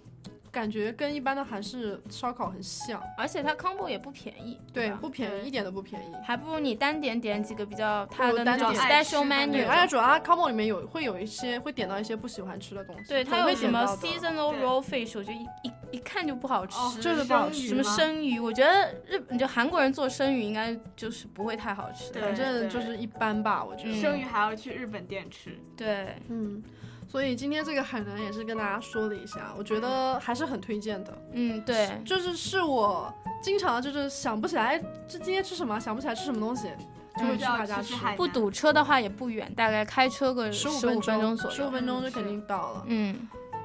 感觉跟一般的韩式烧烤很像，而且它 combo 也不便宜，对，吧不便宜，一点都不便宜。还不如你单点点几个比较它不如的那单种点 special 对，而且 menu。主要它 combo 里面有会有一些会点到一些不喜欢吃的东西，对，总它会有什点么到的哦 seasonal raw fish，我觉得一一一看就不好哦吃，就是不好吃什么吗生鱼，我觉得日本就韩国人做生鱼应该就是不会太好吃的，反正就是一般吧，我觉得。生鱼还要去日本店吃，对，嗯，所以今天这个海南也是跟大家说了一下，我觉得还是很推荐的。嗯，对，就是是我经常就是想不起来这今天吃什么，想不起来吃什么东西，就会去他家吃。不堵车的话也不远，大概开车个十十五分钟左右。十五分钟就肯定到了。嗯，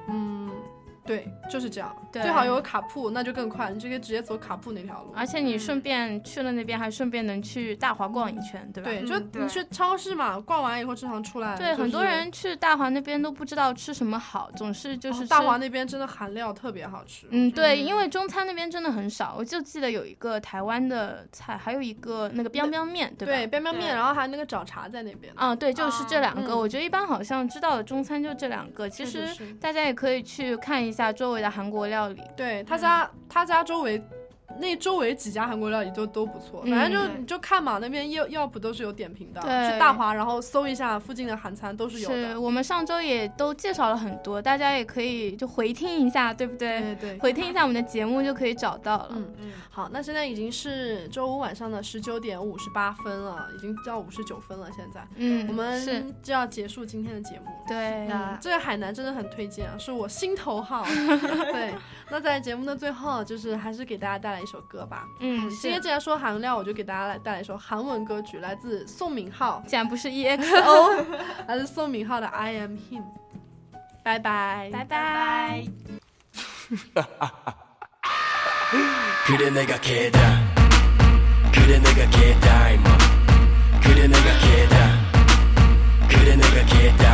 嗯，对，就是这样。对最好有个卡铺，那就更快，你就可以直接走卡铺那条路。而且你顺便去了那边，还顺便能去大华逛一圈，对吧？嗯对，就你去超市嘛，逛完以后正常出来。对，就是很多人去大华那边都不知道吃什么好，总是就是哦大吃华那边真的韩料特别好吃。嗯，对，因为中餐那边真的很少，我就记得有一个台湾的菜，还有一个那个 biang biang 面，对吧？对，边边面，然后还有那个找茶在那边。啊，对，就是这两个。嗯我觉得一般好像知道的中餐就这两个，其是实是是大家也可以去看一下周围的韩国料理。对他家，他家周围那周围几家韩国料理都都不错，嗯反正就你就看嘛，那边要要不都是有点评的，对去大华然后搜一下附近的韩餐都是有是的。我们上周也都介绍了很多，大家也可以就回听一下，对不对？对对回听一下我们的节目就可以找到了。嗯嗯，好，那现在已经是周五晚上的十九点五十八分了，已经到五十九分了。现在，嗯我是们就要结束今天的节目了。对嗯这个海南真的很推荐啊，是我心头 好。对，那在节目的最后，就是还是给大家带来一首歌吧。嗯今天既然说韩料，我就给大家来带来一首韩文歌曲，来自宋敏浩，既然不是 E EXO， 来自宋敏浩的《I Am Him》。拜拜，拜拜。 그래 내가 개다 그래 내가 개다 임마 그래 내가 개다 그래 내가 개다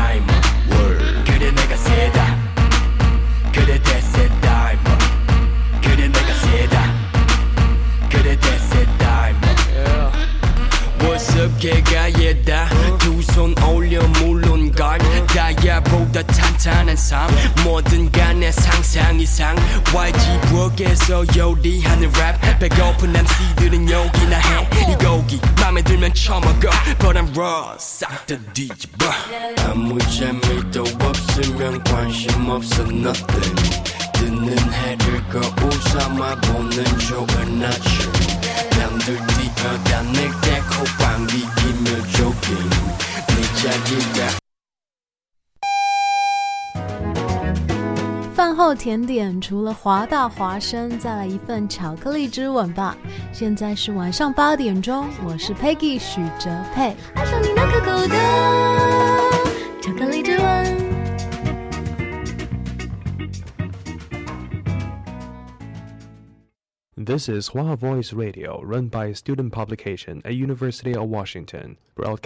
나에다 두 손 올려 물론 걸 다야보다 탄탄한 삶 뭐든 간에 상상 이상 YG 부엌에서 요리하는 랩 배고픈 MC들은 여기나 해이 고기 맘에 들면 처먹어 But I'm raw 싹다 뒤집어 아무 재미도 없으면 관심 없어 nothing 듣는 해를 거울 삼아 보는 좋은 아침 남들 뛰어다닐 때 코방귀기며 조깅 네 자리가 饭后甜点除了华大华生，再来一份巧克力之吻吧。现在是晚上八点钟，我是 Peggy 许哲佩。爱上你那可口的巧克力之吻。 This is Hua Voice Radio, run by a student publication at University of Washington,